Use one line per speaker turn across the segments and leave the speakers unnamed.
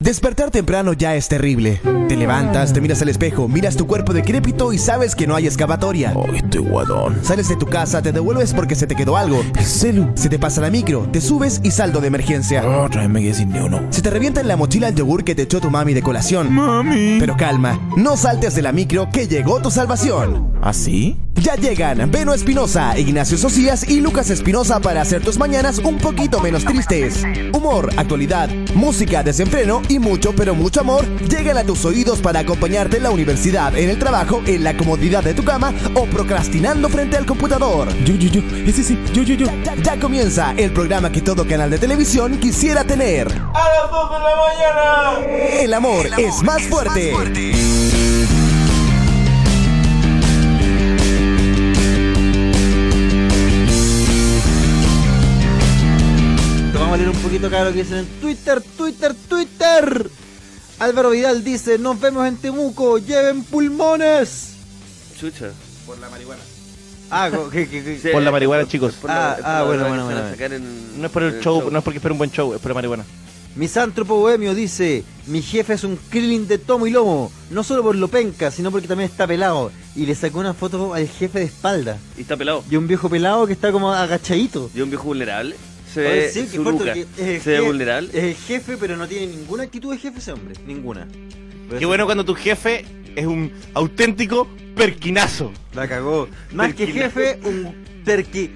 Despertar temprano ya es terrible. Te levantas, te miras al espejo, miras tu cuerpo decrépito y sabes que no hay excavatoria.
Ay,
este
estoy guadón.
Sales de tu casa, te devuelves porque se te quedó algo.
Celu.
Se te pasa la micro, te subes y saldo de emergencia.
Ah, tráeme que sin ni uno.
Se te revienta en la mochila el yogur que te echó tu mami de colación.
Mami.
Pero calma, no saltes de la micro que llegó tu salvación.
¿Ah,
¿Así?
Ya llegan Beno Espinosa, Ignacio Socias y Lucas Espinosa para hacer tus mañanas un poquito menos tristes. Humor, actualidad, música, desenfreno y mucho, pero mucho amor llegan a tus oídos para acompañarte en la universidad, en el trabajo, en la comodidad de tu cama o procrastinando frente al computador.
Yo, yo, yo. Ese sí. Yo, yo, yo.
Ya, ya comienza el programa que todo canal de televisión quisiera tener.
a las 2 de la mañana.
El amor, es más fuerte.
Vamos a leer un poquito acá lo que dicen en Twitter, Twitter, Twitter. Álvaro Vidal dice, nos vemos en Temuco, lleven pulmones.
Chucha.
Ah, co- que- que- que-
Sí,
Por la marihuana,
por-
chicos.
por la-
Ah,
por
ah,
la
bueno,
droga
bueno,
que
bueno,
se la sacan en-
No es por el
en
show, no es porque fuera un buen show, es por la marihuana.
Misántropo Bohemio dice, mi jefe es un krillin de tomo y lomo, no solo por lo penca, sino porque también está pelado. Y le sacó una foto al jefe de espalda.
Y está pelado.
Y un viejo pelado que está como agachadito.
Y un viejo vulnerable. Se
Oye,
ve
sí, qué
su
fuerte,
nuca.
porque es el
Se ve
jefe-
vulnerable.
Es el jefe, pero no tiene ninguna actitud de jefe ese hombre. Ninguna. Por
Qué
eso
bueno cuando tu jefe es un auténtico perquinazo.
La cagó. Más que
Perquinazo.
jefe, un terqui...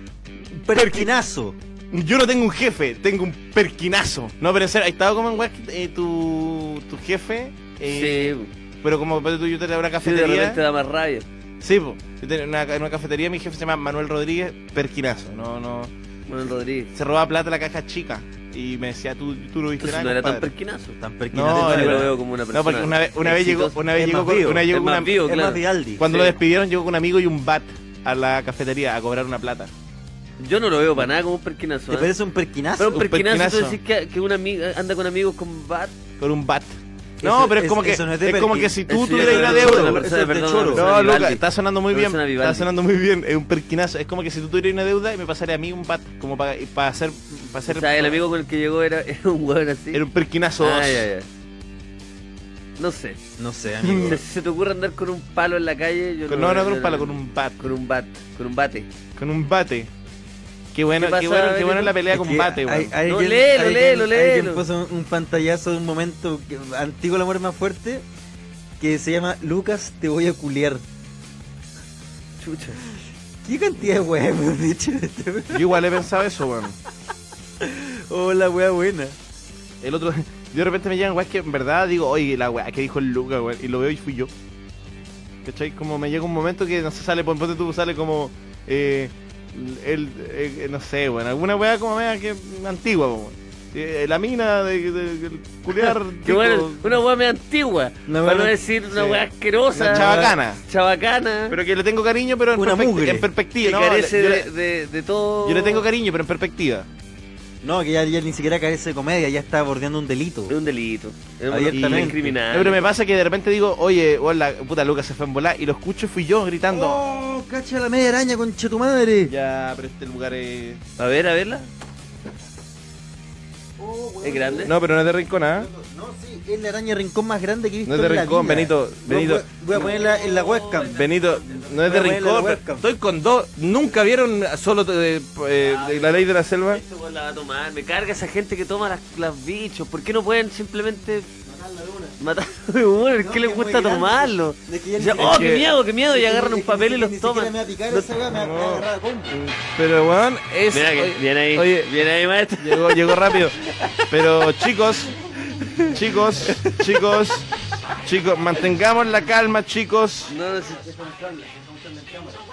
Perquinazo.
Yo no tengo un jefe, tengo un perquinazo. No, pero en serio, ¿has estado como en weas que, eh, tu, tu jefe? eh,
sí,
Pero como ponte tú, yo tenía una
sí, de
cafetería.
repente da más rabia.
Sí, po. Yo tenía una, en una cafetería mi jefe se llama Manuel Rodríguez Perquinazo. No, no.
Manuel Rodríguez.
Se robaba plata de la caja chica. Y me decía, tú, tú no viste
Entonces
nada.
no era tan
compadre.
perquinazo.
Tan
No,
No,
perquinazo.
era-
yo lo veo como una persona.
No, porque una vez, una vez llegó,
exitosa.
una vez
Es
llegó,
más
con,
vivo.
una vez llegó
Es
con
más
una-
vivo,
Es más
claro.
Vivaldi.
Cuando
Sí.
lo despidieron llegó con un amigo y un bat a la cafetería a cobrar una plata.
Yo no lo veo para nada como un perquinazo.
¿Te
¿eh?
parece un perquinazo?
Pero un
un
perquinazo, tú
perquinazo.
decís que, que una amiga anda con amigos con bat.
Con un bat. No,
Eso-
pero es
es-
como que
eso no es
es,
de
como
Perkin.
que si
Eso
tú
ya
tuvieras
es
una
de una
deuda. No,
persona,
eso es de
perdón,
choro.
una persona Vivaldi.
Luca, está sonando muy bien.
Persona Vivaldi.
Está sonando muy bien. Es un perquinazo. Es como que si tú tuvieras una deuda y me pasara a mí un bat como para para hacer para hacer
O sea, el amigo con el que llegó era, era un hueón así.
era un perquinazo.
Ah, ya, ya. No sé.
No sé,
O
amigo.
sea, si se te ocurre andar con un palo en la calle, yo
Con- No, no con
yo
un palo, con un bat,
Con un bat, con un bate.
con un bate. Qué bueno,
¿Qué pasa,
qué bueno, qué bueno
Benito?
la pelea
Es
con
que
bate,
hay-
weón.
hay
Lo
alguien-
lee, lo
alguien-
lee, lo lee,
alguien
lo-
puso un- un pantallazo de un momento que- antiguo, el amor más fuerte, que se llama Lucas, te voy a culiar.
Chucha.
¿Qué cantidad de weas hemos dicho? en este programa?
Yo igual he pensado eso, weón.
Oh, la wea buena.
El otro, yo de repente me llegan weas que en verdad digo, oye, la wea que dijo el Luca, weón, y lo veo y fui yo. ¿Cachai? Como me llega un momento que no sé, sale, pon- ponte tú, sale como, eh, el, eh, no sé, weón, alguna wea como media que antigua, weón. Eh, la mina de, de- del culiar.
Qué
tipo,
bueno, una hueá medio antigua.
Una
para
hueá-
no decir una
sí.
hueá asquerosa.
Una chabacana.
Chabacana.
Pero que le tengo cariño, pero en,
Una
perfec-
mugre.
en
que
perspectiva. ¿no?
carece de,
yo, le,
de- de todo.
yo le tengo cariño, pero en perspectiva.
No, que ya, ya ni siquiera carece de comedia, ya está bordeando un delito.
Es un delito. Es una
Abiertamente.
criminal.
No, pero me pasa que de repente digo, oye, weón, la puta Lucas se fue en volar y lo escucho y fui yo gritando.
¡Oh! ¡Cacha la media araña, concha tu madre!
Ya, pero este lugar es.
A ver, a verla. ¿Es grande?
No, pero no es de rincón, ¿ah?
No, sí, es la araña rincón más grande que he visto.
No es de
en la
rincón,
vida.
Benito,
Voy a-
Benito.
Voy a ponerla en la webcam.
Benito, no es
Voy
de
a ponerle la
rincón. pero
webcam.
Estoy con dos. ¿Nunca vieron solo eh, eh, de la ley de la selva?
Esto Este weón, la va a tomar. Me carga esa gente que toma las, las bichos. ¿Por qué no pueden simplemente matar de una? ¿Por
No,
qué
que
les
es
gusta
muy grande.
tomarlo?
Es que ya
O
ni
sea,
siquiera-
oh,
es
qué
que-
miedo, qué miedo.
Es
Y
que
agarran
ni
un papel y
siquiera-
los
ni
toman.
siquiera me va a picar
No-
esa weá, me va- me va a
No.
agarrar a combo.
Pero, weón, es.
Mira que-
oye,
viene ahí.
Oye,
viene ahí, maestro.
llegó, llegó rápido. Pero, chicos, chicos, chicos, chicos, mantengamos la calma, chicos.
No, no, si-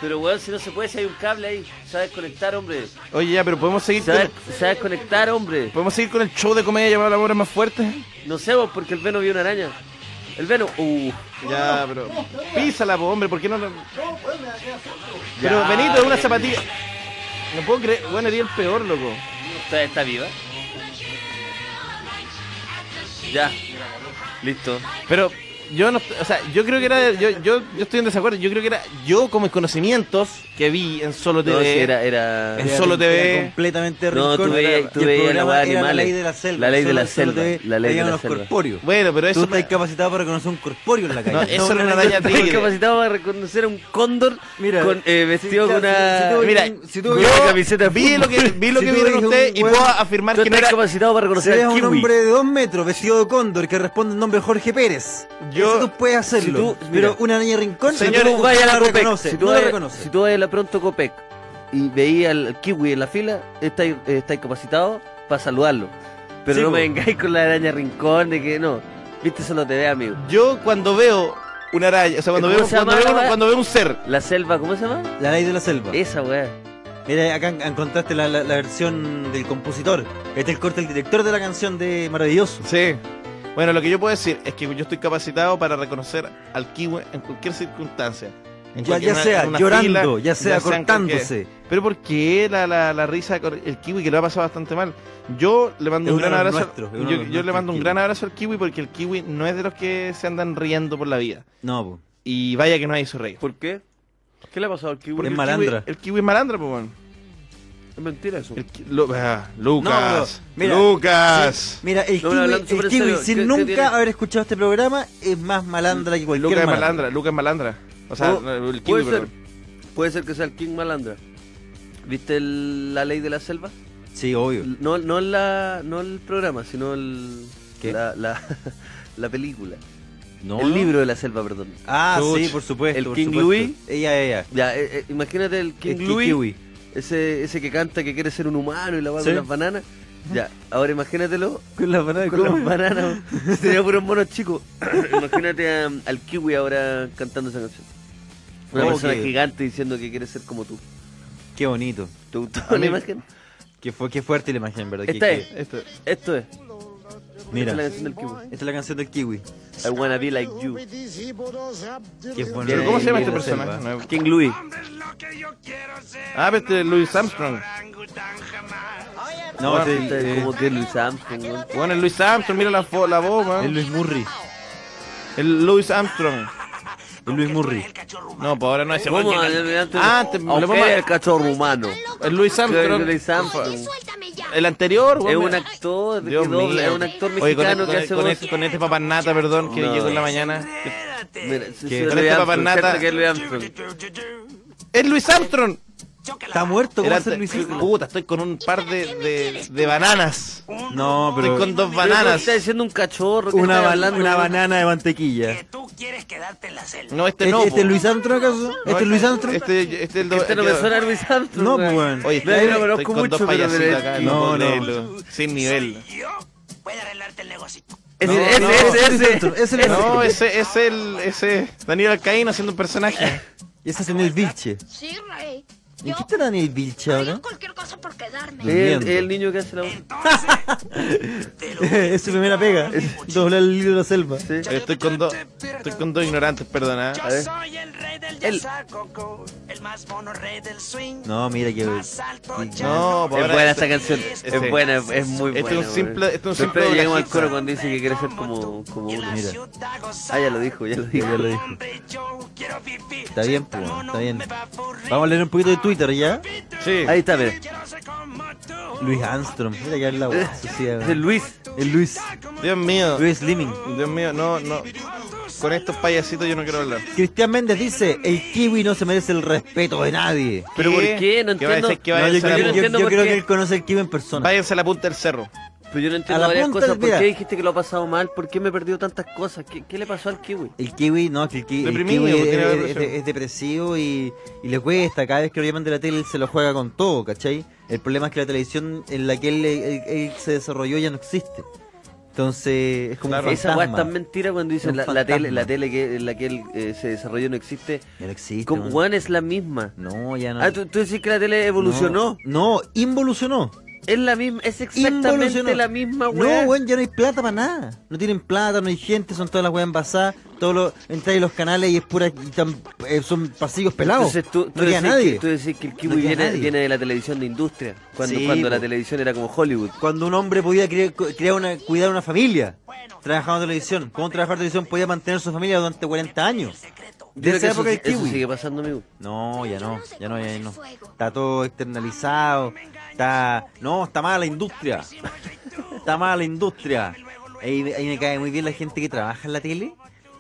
Pero weón, si no se puede, si hay un cable ahí. Se va a desconectar, hombre.
Oye, ya, pero podemos seguir.
Se va a,
Con,
se va a desconectar, hombre.
¿Podemos seguir con el show de comedia llamado La Hora Más Fuerte?
No sé vos, porque el Veno vio una araña. El Veno, uh.
Ya, pero. Písala, po, hombre, ¿por qué no lo.? Pero Benito, es una zapatilla. No puedo creer. Bueno, eres el peor, loco.
¿Está, está viva? Ya. Listo.
Pero, yo no, o sea, yo creo que era, yo, yo, yo estoy en desacuerdo, yo creo que era, yo como conocimientos que vi en Solo TV,
No, sí, era, era...
En solo
Era
TV.
completamente
No, tú
rincón.
veías- tú
Y el
veías la
programa
weá de
era La
animales.
ley de la selva.
La ley de
Solo
la
en Solo
selva,
TV
la ley de
veían
la
los
selva.
corpóreos.
bueno, pero
Tú
eso,
estás capacitado para conocer un corpóreo en la calle.
No, eso era una araña
Estaba
tigre.
incapacitado para reconocer a un cóndor
Mira,
con, eh, vestido
sí,
con
claro,
una.
si- si tú-
mira,
si tú-
con
yo
una camiseta de
Vi lo
fútbol.
que, vi lo
Si
que
tú
vieron
eres un
ustedes y
weón-
puedo
Tú
afirmar que no
estás
era,
capacitado para
Si
reconocer
eres
al
un
kiwi.
hombre de dos metros vestido de cóndor que responde el nombre Jorge Pérez.
Yo-
Eso tú puedes hacerlo.
si tú-
pero
mira.
una araña rincón,
Si
Señores,
tú vas a
no
la
lo
Copec,
reconoce.
si tú
no
vas-
lo reconoce.
si tú vas a la pronto Copec y veías al kiwi en la fila, estáis eh, estáis capacitados para saludarlo. Pero
Sí,
no
po.
me vengáis con la araña rincón de que no. Viste, solo te ve, amigo.
yo cuando veo una araña, o sea, cuando
¿Cómo
veo,
se llama
cuando
la
veo,
weá?
cuando veo un ser,
La selva, ¿cómo se llama?
La ley de la selva.
Esa, weá.
Mira, acá encontraste la, la- la versión del compositor. Este es el corte del director de la canción de Maravilloso.
Sí. Bueno, lo que yo puedo decir es que yo estoy capacitado para reconocer al kiwi en cualquier circunstancia. En
Ya,
cualquier-
ya sea
en una
llorando,
fila,
ya sea
en
cortándose.
cualquier- Pero ¿por qué la, la, la risa con el kiwi que lo ha pasado bastante mal? Yo le mando
Es
un
uno
gran
de los
abrazo.
nuestros, es uno de
yo
los
yo le
nuestros,
mando
el
un
kiwi.
gran abrazo al kiwi porque el kiwi no es de los que se andan riendo por la vida.
No, po.
Y vaya que no hizo reír.
¿Por qué? ¿Qué le ha pasado al kiwi?
Es
el
malandra.
Kiwi, el kiwi es malandra, pues bueno.
Es mentira eso.
El ki- Lu- ah,
No,
Lucas.
pero, mira,
Lucas.
Mira, el
No,
kiwi,
hablando
el
súper en
kiwi,
serio,
sin
¿qué- qué
nunca
tiene?
haber escuchado este programa, es más malandra que cualquier
Lucas es
malandra.
malandra. Lucas es malandra. O sea,
O-
el
puede,
kiwi,
ser,
perdón.
puede ser que sea el King Malandra. ¿Viste el- la ley de la selva?
Sí, obvio.
No, no, la, no el programa, sino el,
¿Qué?
La, la, la película.
No,
el
no.
libro de la selva, perdón.
Ah,
Chuch.
sí, por supuesto.
El
por
King
supuesto.
Louis.
Ella, ella.
Ya, eh, eh, imagínate el King
El Ki-
Louis,
kiwi.
Ese, ese que canta que quiere ser un humano y la va
Sí.
con las bananas. Ya, ahora imagínatelo con las bananas. Con las bananas. Sería puros monos chicos. Imagínate a- al kiwi ahora cantando esa canción. Una
Oh,
persona
qué-
gigante diciendo que quiere ser como tú.
Qué bonito.
¿Te gustó la imagen?
Qué, fue, qué fuerte la imagen, ¿verdad? Qué-
Esta
qué-
es.
Esto-
Esto es.
Mira,
Esta es la
esta
canción del kiwi.
es la canción del kiwi.
I wanna be like you.
Qué bueno.
Pero ¿cómo se llama
Ahí
este
en la selva.
personaje? No es-
King Louis.
Ah, pero este es Louis Armstrong.
No,
Bueno,
este-
este,
este-
como que Luis Armstrong, weón.
Bueno, el Louis Armstrong, mira la, fo- la voz,
es
man.
Luis Murray.
El Louis Armstrong.
Es Luis Murray.
No, pues ahora no es ese
¿Cómo?
weón que
Antes,
can- Ah, antes,
aunque
le pongo-
era el cachorro humano.
El Louis Armstrong.
Luis Armstrong.
Suéltame ya.
El anterior,
Es
weón.
un actor,
Dios
que dobla,
mío.
es un actor
Oye, con,
mexicano
con-
que hace
con
voz.
este, con este papanata, perdón, que
No.
llegó en la mañana.
Mira, sí, sí,
que-
es
con
Louis
este
Armstrong,
papanata-
cierto que es Louis Armstrong.
¡Es Louis Armstrong!
Está muerto, ¿cómo
El
va a ser
ante-
Luis Murray?
Puta, estoy con un par de, de, de bananas.
No,
Estoy
pero.
con dos
Pero
bananas.
Está diciendo un cachorro. ¿qué
Una,
está
bala-
hablando?
una banana de mantequilla.
No, este
¿Este,
no.
este
po.
es Luis Armstrong acaso?
No,
¿Este es Luis Armstrong?
Este, este es el do-
Este no me
el que- pues,
suena a Luis Armstrong.
No,
weón.
weón.
Oye,
Mira, yo lo
estoy
conozco
con dos
mucho, pero-
payasitos acá.
No,
No,
no.
no. Sin nivel.
Ese,
No,
ese,
no,
ese,
es Luis
ese.
Armstrong, es el-
No, ese es el. Ese Daniel Alcaín haciendo
Eh,
un personaje.
Ese este es en el Vilche.
Sí, rey.
¿En
Yo
qué estará en el Vilche
haría
ahora?
cualquier cosa por quedarme.
Es el-
Durmiendo.
es el niño que hace la voz.
es su Este primera pega. Doblar el libro de la selva.
Oye, Estoy con dos. Estoy con dos ignorantes, perdona.
Yo
eh.
A
¿Eh?
ver.
soy el rey del
El-
jazz, coco, el más mono rey del swing.
No, mira que.
Más alto, ya
No,
Es
ahora
buena
este-
esta canción,
este-
es buena, es muy
este
buena.
es un simple-
weón.
este es un
Después
simple
llegamos al
bracito.
coro cuando dice que quiere ser como, como
Y en
uno.
la
mira.
ciudad gozar.
Ah, ya lo dijo, ya lo dijo.
Ya lo dijo.
Hombre, yo quiero vivir.
Está bien,
Ser
pues,
mono
está bien.
me va a aburrir.
Vamos a leer un poquito de Twitter ya.
Sí.
Ahí está, mira.
Quiero ser como tú.
Luis Armstrong. Mira que es la voz.
Es el Luis.
El Luis.
Dios mío.
Luis Liming.
Dios mío, no, no. Con estos payasitos yo no quiero hablar.
Cristian Méndez dice: El kiwi no se merece el respeto de nadie.
¿Pero por qué? No
¿Qué va a
entiendo.
decir que
No,
No, yo,
váyanse,
yo
a
creo,
no
la
yo-
entiendo
yo
por
creo
qué.
que él conoce al kiwi en persona.
váyanse a la punta del cerro.
Pero yo no
A
entiendo
la
varias
punta,
cosas. ¿Por
mira.
qué dijiste que lo ha pasado mal? ¿Por qué me he perdido tantas cosas? ¿Qué, qué le pasó al kiwi?
El kiwi, no, que el ki- el kiwi,
Deprimido,
es,
tiene
es-
depresión.
es- es depresivo y, y le cuesta. Cada vez que lo llaman de la tele, él se lo juega con todo, ¿cachai? El problema es que la televisión en la que él, él- él se desarrolló ya no existe. Entonces, es como
Claro.
un
Esa weá es
fantasma.
tan mentira cuando dicen
Un
la, la
fantasma.
tele, la tele que, en la que él eh, se desarrolló no existe.
Ya no existe.
Con
man.
Juan es la misma.
No, ya no.
Ah, ¿tú, tú decís que la tele Ah, evolucionó.
No, no, involucionó.
Es la misma, es exactamente
Involucionó.
la misma weá.
No, weón, ya no hay plata para nada. No tienen plata, no hay gente, son todas las weas envasadas. Todos los, entráis a los canales y es pura. y tan- eh, son pasillos pelados.
Entonces tú, tú
no queda
decís
nadie.
Que, tú decís que el kiwi
No queda
viene,
nadie.
viene de la televisión de industria. Cuando,
Sí,
cuando
po.
la televisión era como Hollywood.
Cuando un hombre podía cre- crear una, cuidar una familia, trabajaba en televisión. Como un trabajador de televisión podía mantener su familia durante 40 años. De
Creo que
esa
eso,
época del
sí- eso
kiwi.
sigue pasando, amigo.
No, ya no, ya no, ya no. Está todo externalizado. Está. No, está mala la industria. Está mala la industria. Ahí, ahí me cae muy bien la gente que trabaja en la tele.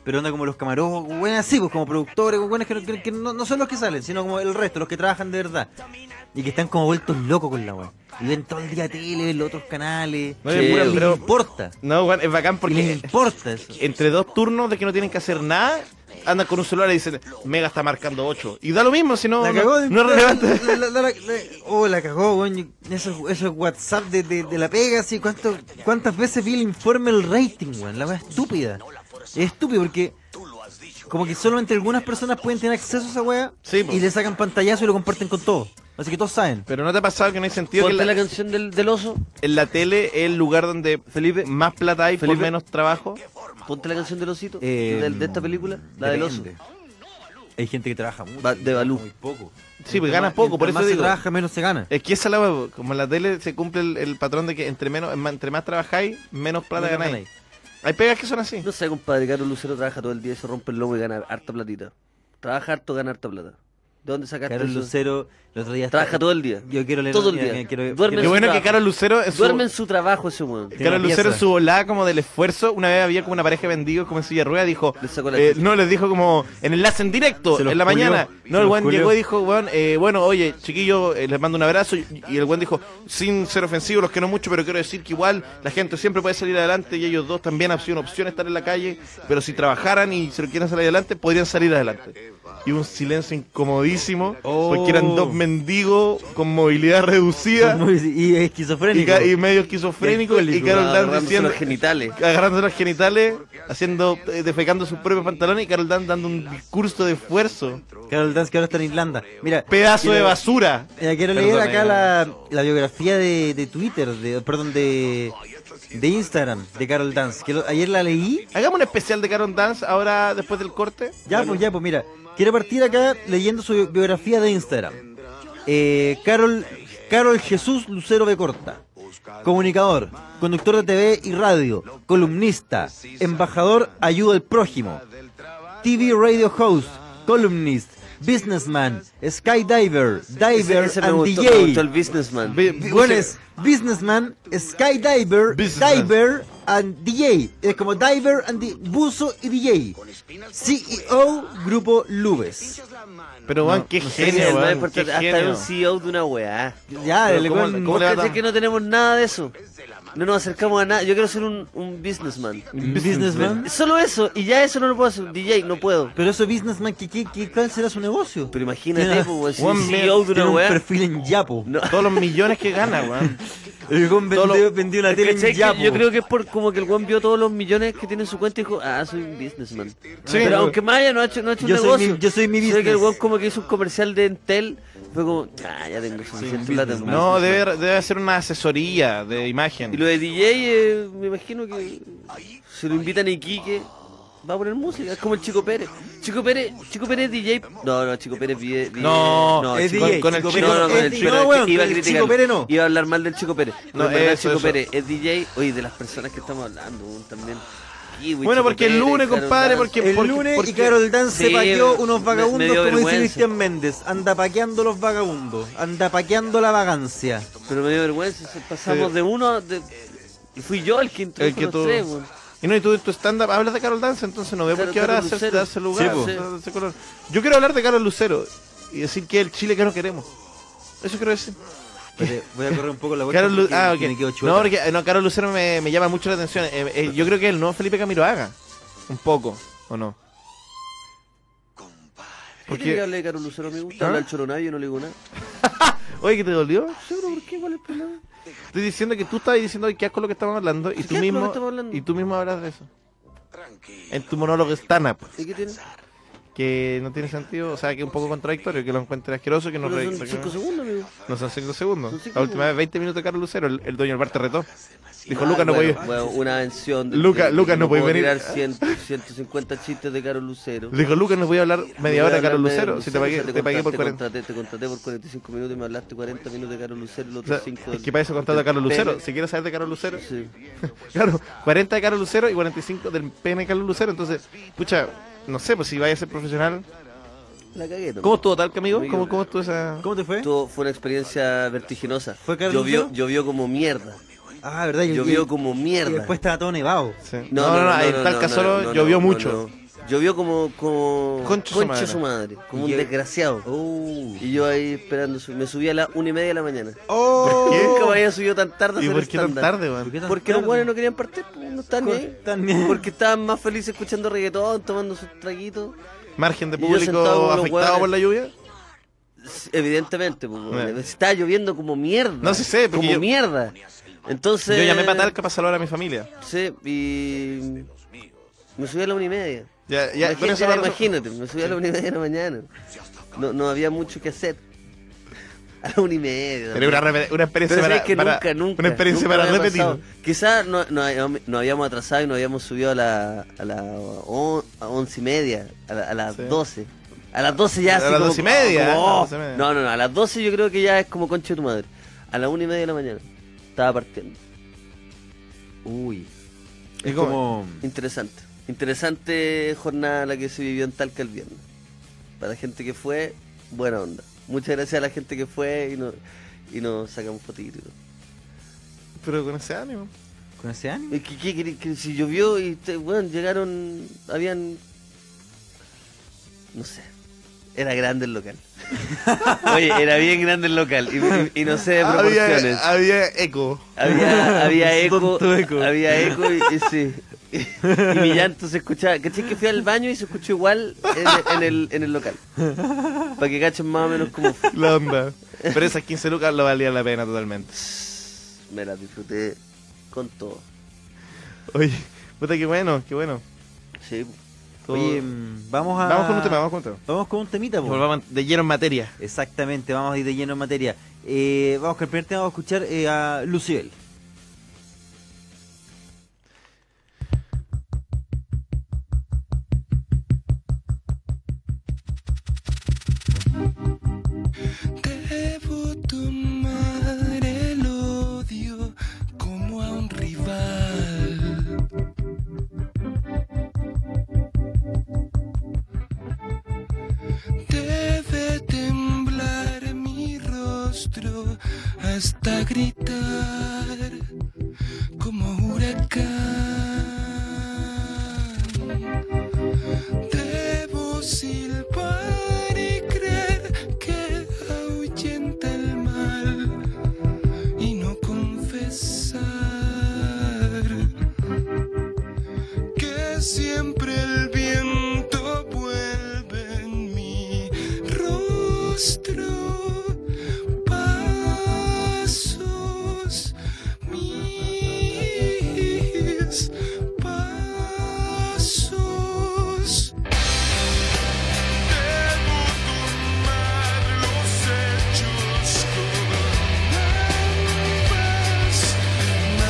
Pero onda como los camarógrafos, buenas así, pues como productores, buenas que, no- que- que no, no son los que salen, sino como el resto, los que trabajan de verdad. Y que están como vueltos locos con la web. Y ven todo el día tele, ven los otros canales.
No,
Sí,
es pura-
les
pero-
importa.
No, weón, es bacán
Y
porque
les importa eso.
entre dos turnos de que no tienen que hacer nada, andan con un celular y dicen, Mega está marcando 8. Y da lo mismo, si no,
La
no,
cagó.
no es relevante.
la- la- la- la- oh, la cagó, weón. Esos esos WhatsApp de, de, de la pega, así. ¿cuánto, ¿Cuántas veces vi el informe el rating, weón? La weá estúpida. Es estúpido porque. Como que solamente algunas personas pueden tener acceso a esa weá.
Sí, po.
y le sacan pantallazo y lo comparten con todos. Así que todos saben.
Pero ¿no te ha pasado que no hay sentido que
Ponte
en la,
la canción del, del oso.
en la tele es el lugar donde Felipe más plata hay por
Felipe.
menos trabajo?
Ponte la canción del osito.
Eh,
del- de, esta película. La del oso.
depende. Hay gente que trabaja mucho.
Va- de Balú.
Muy poco.
Sí, pues
Mientras
gana
más-
poco, por
mientras
eso
más se
digo.
trabaja, menos se gana.
Es que esa la huevo, como en la tele se cumple el, el patrón de que entre menos entre más trabajáis, menos plata
Menos
ganáis. Hay pegas que son así.
No sé, compadre. Carlos Lucero trabaja todo el día, se rompe el lomo y gana harta platita. Trabaja harto, gana harta plata. ¿De dónde sacaste
Carol
eso?
Lucero, el otro día.
Trabaja todo el día.
Yo quiero leer
Todo el
mira,
día.
quiero-
Duerme
Qué
quiero-
bueno que
trabajo.
Carol Lucero es su-
Duerme en su trabajo ese weón.
Tiene
Carol
una
Lucero en
pieza.
su volada como del esfuerzo, una vez había como una pareja de mendigos como en silla de ruedas, dijo,
Les sacó la
eh,
chucha.
no, les dijo como en enlace en directo,
Se los
en la
culió.
mañana.
Se
No, el
los
buen
culió.
llegó y dijo, weón, eh, bueno, oye, chiquillo, eh, les mando un abrazo. Y, y el buen dijo, sin ser ofensivo, los quiero mucho, pero quiero decir que igual la gente siempre puede salir adelante y ellos dos también han sido una opción estar en la calle, pero si trabajaran y se lo quieren salir adelante, podrían salir adelante. Y un silencio incomodísimo,
Oh.
porque eran dos mendigos con movilidad reducida
Muy- Y es
y,
esquizofrénico.
ca- y medio esquizofrénico y,
Alcohólico.
Carol Dan
Agarrándose
diciendo
los genitales.
agarrando los genitales, haciendo, eh, defecando sus propios pantalones y Carol Dan dando un discurso de esfuerzo.
Carol Dance, que ahora está en Irlanda. Mira,
Pedazo
quiero-
de basura.
mira, quiero leer
Perdón,
acá
eh.
la, la biografía de, de Twitter, de, perdón, de, de Instagram, de Carol Dance. Que lo- ayer la leí.
Hagamos un especial de Carol Dance ahora después del corte.
Ya, pues, ya, pues, mira. Quiero partir acá leyendo su biografía de Instagram. Eh, Carol, Carol Jesús Lucero B. Corta. Comunicador, conductor de TV y radio, columnista, embajador, ayuda al prójimo, TV radio host, columnist, businessman, skydiver, diver
Ese- ese me
and
gustó, me gustó el
DJ.
businessman.
Bi-
Bu- Bueno, es businessman, skydiver,
Businessman.
diver and DJ. Es como diver and di- buzo y DJ. CEO E Grupo Lubes.
Pero, weón, qué
Ese es el
genio,
más
weón,
importante,
qué
Hasta
genio.
era un CEO de una weá.
Ya,
Pero
el
¿cómo-
weón-
cómo le va
Caché
tan-
que no tenemos nada de eso. No nos acercamos a nada. Yo quiero ser un, un businessman.
businessman.
Solo eso, y ya eso no lo puedo hacer. DJ, no puedo.
Pero eso businessman, ¿qué, qué, qué, ¿cuál será su negocio?
Pero imagínate,
Tiene-
po, weón, si
Juan
un CEO de
tiene
una
un
weá.
perfil en Yapo.
No.
Todos los millones que gana, weón.
El weón
Todo lo-
vendió, vendió una tele
¿Cachai
en
que
Yapo.
Yo creo que es por como que el weón vio todos los millones que tiene en su cuenta y dijo, ah, soy un businessman.
pero-
Pero aunque Maya no ha hecho, no ha hecho
Yo
un
soy
negocio.
mi- yo soy mi
Sé que el
business.
weón como que hizo un comercial de Entel, fue como, ah, ya tengo suficiente plata. weón".
No, debe, debe hacer una asesoría de
Y lo
imagen.
de DJ, eh, me imagino que se lo invitan a Iquique. Va a poner música, es como el Chico Pérez. Chico Pérez, Chico Pérez DJ. No, no, Chico Pérez DJ.
No,
es
Chico-
DJ,
con el
Chico
Chico
Pérez
No, no, con
es
el
DJ.
Chico
No,
Pérez,
weón,
iba a
el Chico
criticar.
Pérez no.
Iba a hablar mal del Chico Pérez.
No,
No, el
eso,
Chico
eso.
Pérez es DJ. Oye, de las personas que estamos hablando weón, también. Kiwi,
Bueno,
Chico
porque el
Pérez,
lunes,
Carol
compadre,
Dance.
porque-
El
porque-
lunes
porque-
y Carol Dance se
Sí,
paqueó
me-
unos
me-
vagabundos,
me dio
como dice
vergüenza.
Cristian Méndez. Anda paqueando los vagabundos. Anda paqueando la vagancia.
Pero me dio vergüenza, se- pasamos de uno. De... Y fui yo el que introdujo
El que
los
tú-
tres, weón.
Y no, y tú, tu stand-up hablas de Carol Dance, entonces no veo por
Claro,
qué ahora
Carol
hacerse,
Lucero.
darse lugar.
Sí, po.
darse- darse color. Yo quiero hablar de Carol Lucero y decir que es el Chile que no queremos. Eso quiero decir.
Espérate, Voy a correr un poco la vuelta.
Carol Lu-
porque
ah,
me
ok.
quedo chueca.
No, porque eh, no, Carol Lucero me, me llama mucho la atención. Eh, eh, yo creo que es el nuevo Felipe Camiroaga. Un poco, ¿o no?
¿Por
Porque-
qué habla de Carol Lucero? Me gusta
¿Ah?
hablar choronay, yo no le digo nada.
Oye, ¿que te dolió? Seguro, ¿por qué? ¿Cuál es el problema? Estoy diciendo que tú estabas diciendo que asco lo que estamos hablando y
Sí,
tú
qué asco lo que
mismo
estamos hablando.
y tú mismo hablas de eso. En tu monólogo stand-up.
¿Y qué tiene?
que no tiene sentido, o sea, que es un poco contradictorio, que lo encuentre asqueroso, que no
Pero
re-
son 5 segundos, amigo.
No son 5 segundos.
Son cinco
La última
segundos.
vez, 20 minutos de Carlos Lucero, el, el dueño del bar te retó. Dijo,
Ah,
Lucas, no
bueno,
podía.
bueno, una mención. de-
Luca-
de-
Luca, no podía
puedo
venir.
tirar 100, 150 chistes de Caro Lucero.
Dijo, Lucas, no voy a hablar media hora de Carlos
Hablarme de
Lucero, si te
o
pagué,
sea,
te pagué
contra-
por 40.
Contraté, te contraté por 45 minutos y me hablaste 40 minutos de Caro Lucero y los
O sea,
otros 5
es que para eso contando a Carlos Lucero. Si quieres saber de Carlos Lucero,
Sí.
claro, 40 de Carlos Lucero y 45 del pene de Carlos Lucero. Entonces, pucha, no sé, pues si vayas a ser profesional.
La cagué. ¿no?
¿Cómo estuvo tal, amigo?
Amigo,
¿Cómo, cómo estuvo esa.?
¿Cómo te fue?
Esto fue una experiencia vertiginosa.
¿Fue Caro
llovió,
Lucero?
llovió como mierda.
Ah, verdad, y-
Llovió
y-
como
y
mierda.
después estaba todo nevado.
Sí. No, no, no, en Talca
no,
solo
no, no,
llovió
no,
mucho.
no. Llovió como, como
Concha su madre.
su madre, como
Y
un
yo-
desgraciado.
Oh.
Y yo ahí esperando, su- me subí a las una y media de la mañana.
Oh.
¿Qué?
Nunca me había subido tan tarde. a
¿Y
hacer
por qué tan
stand-up.
tarde, weón?
¿Por qué tan
Porque los
tarde?
buenos no querían partir, pues, no están ni ahí.
Están ni ahí.
Porque estaban más felices escuchando reggaetón, tomando sus traguitos.
¿Margen de
Y yo sentado con
público
unos
afectado
hueones.
por la lluvia?
S- Evidentemente, pues,
Bueno.
está lloviendo como mierda.
Eh. No, sí sé, porque
Como
yo-
mierda. Entonces.
Yo llamé para Talca para saludar a mi familia.
Sí, y. Me subí a la una y media.
Ya, ya,
Imagínate,
con eso la razón-
imagínate, me subí a la una y media de la mañana. No, no había mucho que hacer. A la una y media.
Pero una, re- una experiencia
Pero
para,
sabes que
para-
nunca, nunca.
Una experiencia
nunca
para
me había
repetir.
pasado. Quizás no, no, habíamos- nos habíamos atrasado y nos habíamos subido a la, a la on- a once y media, a, la- a las
Sí.
doce. A las doce ya
A
así
las
como-
doce y media,
como,
¿eh? A las
oh.
doce y media.
No, no, no, a las doce yo creo que ya es como concha de tu madre. A las una y media de la mañana. Estaba partiendo.
Uy.
¿Y
Es
cómo?
como.
Interesante. Interesante jornada la que se vivió en Talca el viernes. Para la gente que fue, buena onda. Muchas gracias a la gente que fue y nos, y nos sacamos fotitos.
Pero con ese ánimo.
¿Con ese ánimo?
Es que, que- que- que si llovió y te- bueno, llegaron, habían, no sé, era grande el local. Oye, era bien grande el local y, y- y no sé de proporciones.
Había, había eco.
Había, había eco,
Tonto eco.
había eco y, y sí. Y mi llanto se escuchaba. ¿Cachai que fui al baño y se escuchó igual en, en el, en el local? Para que cachen más o menos cómo fue.
La onda. Pero esas 15 lucas lo valía la pena totalmente.
Me la disfruté con todo.
Oye, puta, qué bueno, qué bueno.
Sí.
Todo-
Oye, mm, vamos a.
Vamos con un tema, vamos con un tema.
Vamos con un temita,
Ah.
po.
Volvamos de lleno en materia.
Exactamente, vamos a ir de lleno en materia. Eh, vamos con el primer tema, vamos a escuchar eh, a Lucibel.
Debo tomar el odio como a un rival. Debe temblar mi rostro hasta gritar como huracán. Debo silbar y creer que ahuyenta el mal y no confesar que siempre el viento vuelve en mi rostro pasos mis pasos Debo tomar los hechos con ambas manos. Que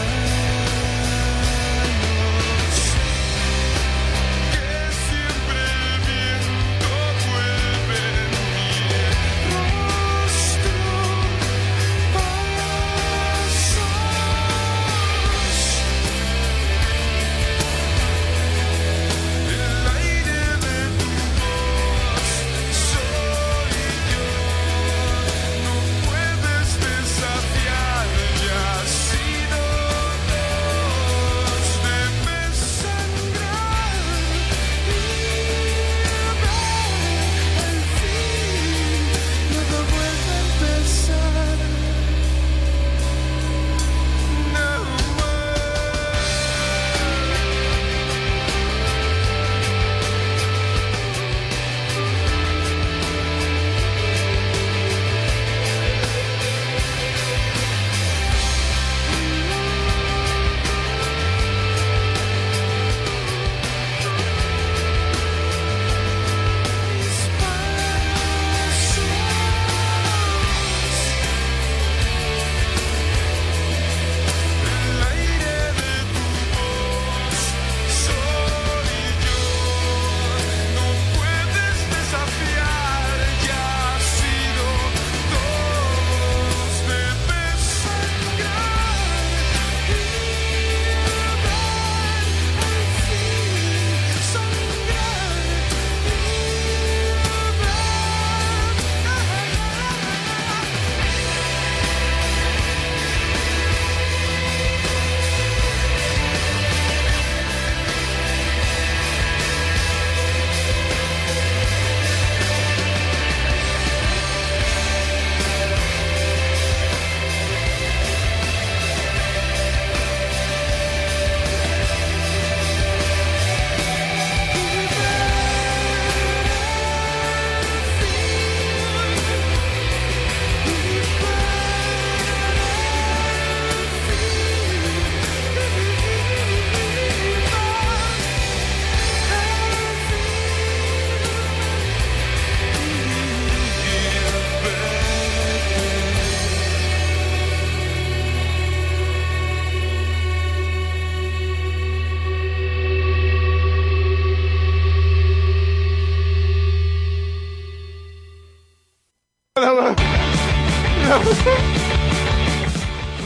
si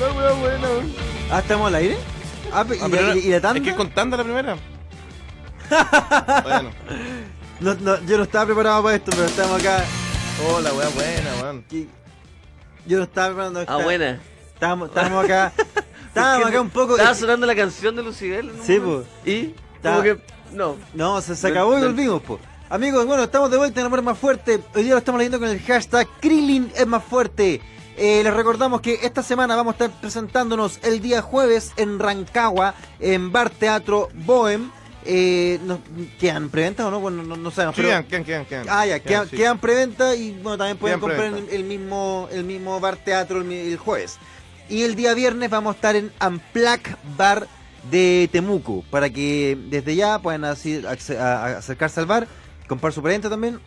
La wea buena, weón.
Ah, ¿estamos al aire? Ah, pe-
Ah,
y,
pero
y-
era-
y la tanda?
Es que es contando la primera. bueno.
No, no, yo no estaba preparado para esto, pero estamos acá.
Oh, la wea buena, weón.
y- Yo no estaba preparando
Ah, buena.
Estábamos, estábamos acá. Estábamos acá un poco.
Estaba sonando la canción de Lucibel. en un
Sí,
momento. Y
Ta-
como que no.
No, se, se acabó y
Del-
volvimos, po. Amigos, bueno, estamos de vuelta en Amor Más Fuerte. Hoy día lo estamos leyendo con el hashtag Krillin es más fuerte. Eh, les recordamos que esta semana vamos a estar presentándonos el día jueves en Rancagua, en Bar Teatro Bohem. Eh, nos- ¿Quedan preventas o no? Bueno, no, no sabemos. pero-
Ah, Quedan, quedan, quedan, quedan.
Ah, ya, quedan,
sí.
quedan preventa y bueno, también pueden
Quedan
comprar en
preventa.
el mismo, el mismo bar teatro el, mi- el jueves. Y el día viernes vamos a estar en Amplac Bar de Temuco, para que desde ya puedan así acce- a- a- acercarse al bar, comprar su preventa también,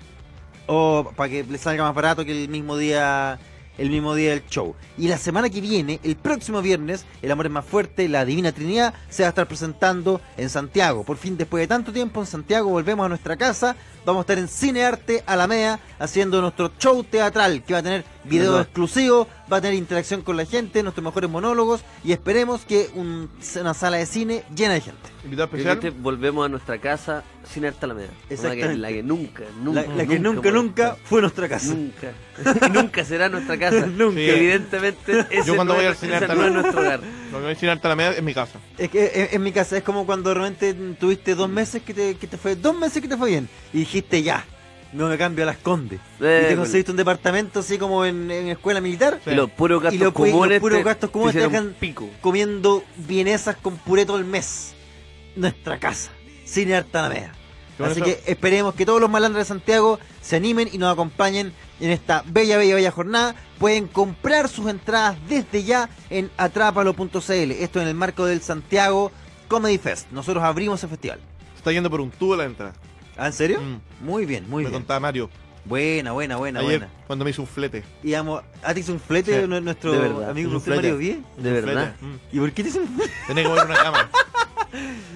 o para que les salga más barato que el mismo día el mismo día del show. Y la semana que viene, el próximo viernes, El Amor es Más Fuerte, La Divina Trinidad, se va a estar presentando en Santiago. Por fin, después de tanto tiempo en Santiago, volvemos a nuestra casa. Vamos a estar en Cinearte Alameda haciendo nuestro show teatral, que va a tener video
Ajá.
exclusivo, va a tener interacción con la gente, nuestros mejores monólogos y esperemos que un- una sala de cine llena de gente.
Invitado
Y
especial.
dijiste, este, volvemos a nuestra casa sin harta la media.
Exactamente.
La que nunca, nunca.
La, la que nunca,
bueno,
nunca fue nuestra casa.
Nunca. Y nunca será nuestra casa.
Nunca.
Que Evidentemente, ese
Yo cuando
no
voy
es-
al cine
ese
hasta
no es
la-
nuestro hogar.
Lo que voy a decir alta la media es mi casa.
Es que eh, en, en mi casa es como cuando realmente tuviste dos meses que te, que te fue dos meses que te fue bien y dijiste ya no me cambio a las Condes
Eh,
y te
bueno.
conseguiste un departamento así como en, en escuela militar
Sí.
Y los puros
y
gastos
los, pu-
comunes.
los puros
te-
gastos comunes te
hicieron
dejan
pico.
comiendo vienesas con puré todo el mes nuestra casa sin harta Alameda
Qué bueno
así
eso.
que esperemos que todos los malandros de Santiago se animen y nos acompañen en esta bella, bella, bella jornada. Pueden comprar sus entradas desde ya en atrápalo.cl. Esto en el marco del Santiago Comedy Fest. Nosotros abrimos el festival.
Se está yendo por un tubo la entrada.
¿Ah, en serio?
Mm.
Muy bien, muy
me
bien.
contaba Mario.
Buena, buena, buena,
ayer
buena.
cuando me hizo un flete.
Y vamos, ¿a ti hizo un flete
Sí,
nu- nuestro
de verdad.
amigo
Hizo un
Rufino Mario
flete.
Vie?
De
Un
verdad.
flete, mm.
¿Y por qué te hizo un flete?
Tenés que mover una cama.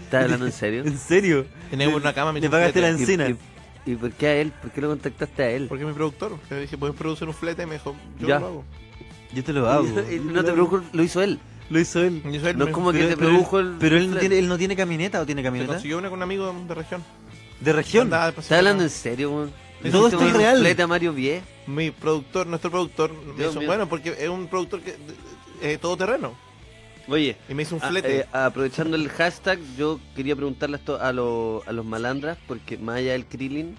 ¿Estás hablando en serio?
¿En serio?
Tenés que mover una cama. me
Le
hizo un
pagaste la
flete.
¿Y,
encina.
y, y por qué a él? ¿Por qué lo contactaste a él?
Porque mi productor, que le dije, ¿puedes producir un flete? Me dijo, yo
Ya.
lo hago.
Yo te lo hago.
Y no te preocupes, lo hizo él.
Lo hizo él.
Y eso él
No
me-
es como que
Pero-
te
pero-
produjo el.
Pero él no tiene, él no tiene camioneta o tiene
Se
camioneta.
consiguió una con un amigo de región.
De región.
Andaba
¿Estás
despacito.
hablando en serio, weón?
Sí,
Todo
¿Hiciste
esto es
un
real.
flete a Mario Vie?
Mi productor, nuestro productor, me
Dios
hizo,
mío. Ah,
bueno, porque es un productor que eh, es todo terreno.
Oye.
Y me hizo un
Ah,
flete.
eh, aprovechando el hashtag, yo quería preguntarle esto a, lo- a los malandras, porque más allá del Krillin,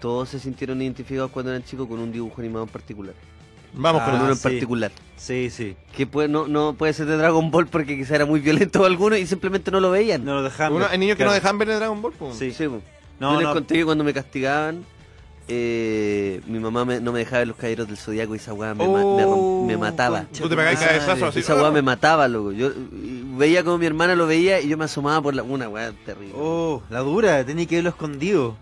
todos se sintieron identificados cuando eran chicos con un dibujo animado en particular.
Vamos
Ah,
con
con uno en
sí.
particular.
Sí, sí.
Que puede, no, no puede ser de Dragon Ball porque quizá era muy violento alguno y simplemente no lo veían.
No lo dejamos.
Uno- hay niños que
Claro.
no dejan ver el Dragon Ball, pues. po.
Sí.
Sí, po.
No,
yo les
no.
conté que cuando me castigaban, eh, mi mamá me- no me dejaba ver los caballeros del zodiaco y esa weá me, ma- me
Oh,
rom- me mataba. Ah,
concha
Tú te pegáis
Madre. Ah,
cabezazo así.
Esa weá me mataba, loco. Yo eh, veía como mi hermana lo veía y yo me asomaba por la. Una weá terrible.
Oh, la dura, tenía que verlo escondido.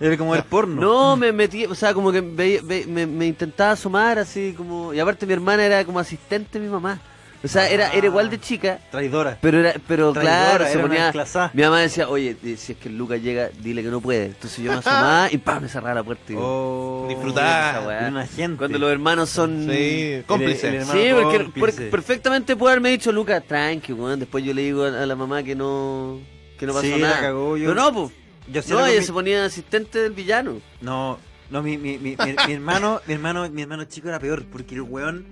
Era como el porno.
No, me metí, o sea, como que veía- ve- me, me intentaba asomar así como... Y aparte mi hermana era como asistente de mi mamá. O sea, era, era igual de chica,
Traidora.
pero era, pero
Traidora,
claro, se
era una
ponía...
desclasada.
Mi mamá decía, oye, eh, si es que el Lucas llega, dile que no puede. Entonces yo me asomaba y ¡pam! me cerraba la puerta. y-
Oh,
Disfrutar.
esa weá.
Era una gente.
Cuando los hermanos son...
Sí,
El- el
cómplice.
hermano
Sí, porque
cómplice.
porque perfectamente puede haberme dicho, Lucas, tranqui, weón. Después yo le digo a, a la mamá que no... Que no pasó
Sí, la
nada.
cagó, yo-
Pero no, pues.
Yo sí
No,
era
ella
con
se
mi-
ponía asistente del villano.
No, no, mi, mi, mi, mi- mi hermano, mi hermano, mi hermano chico era peor, porque el weón.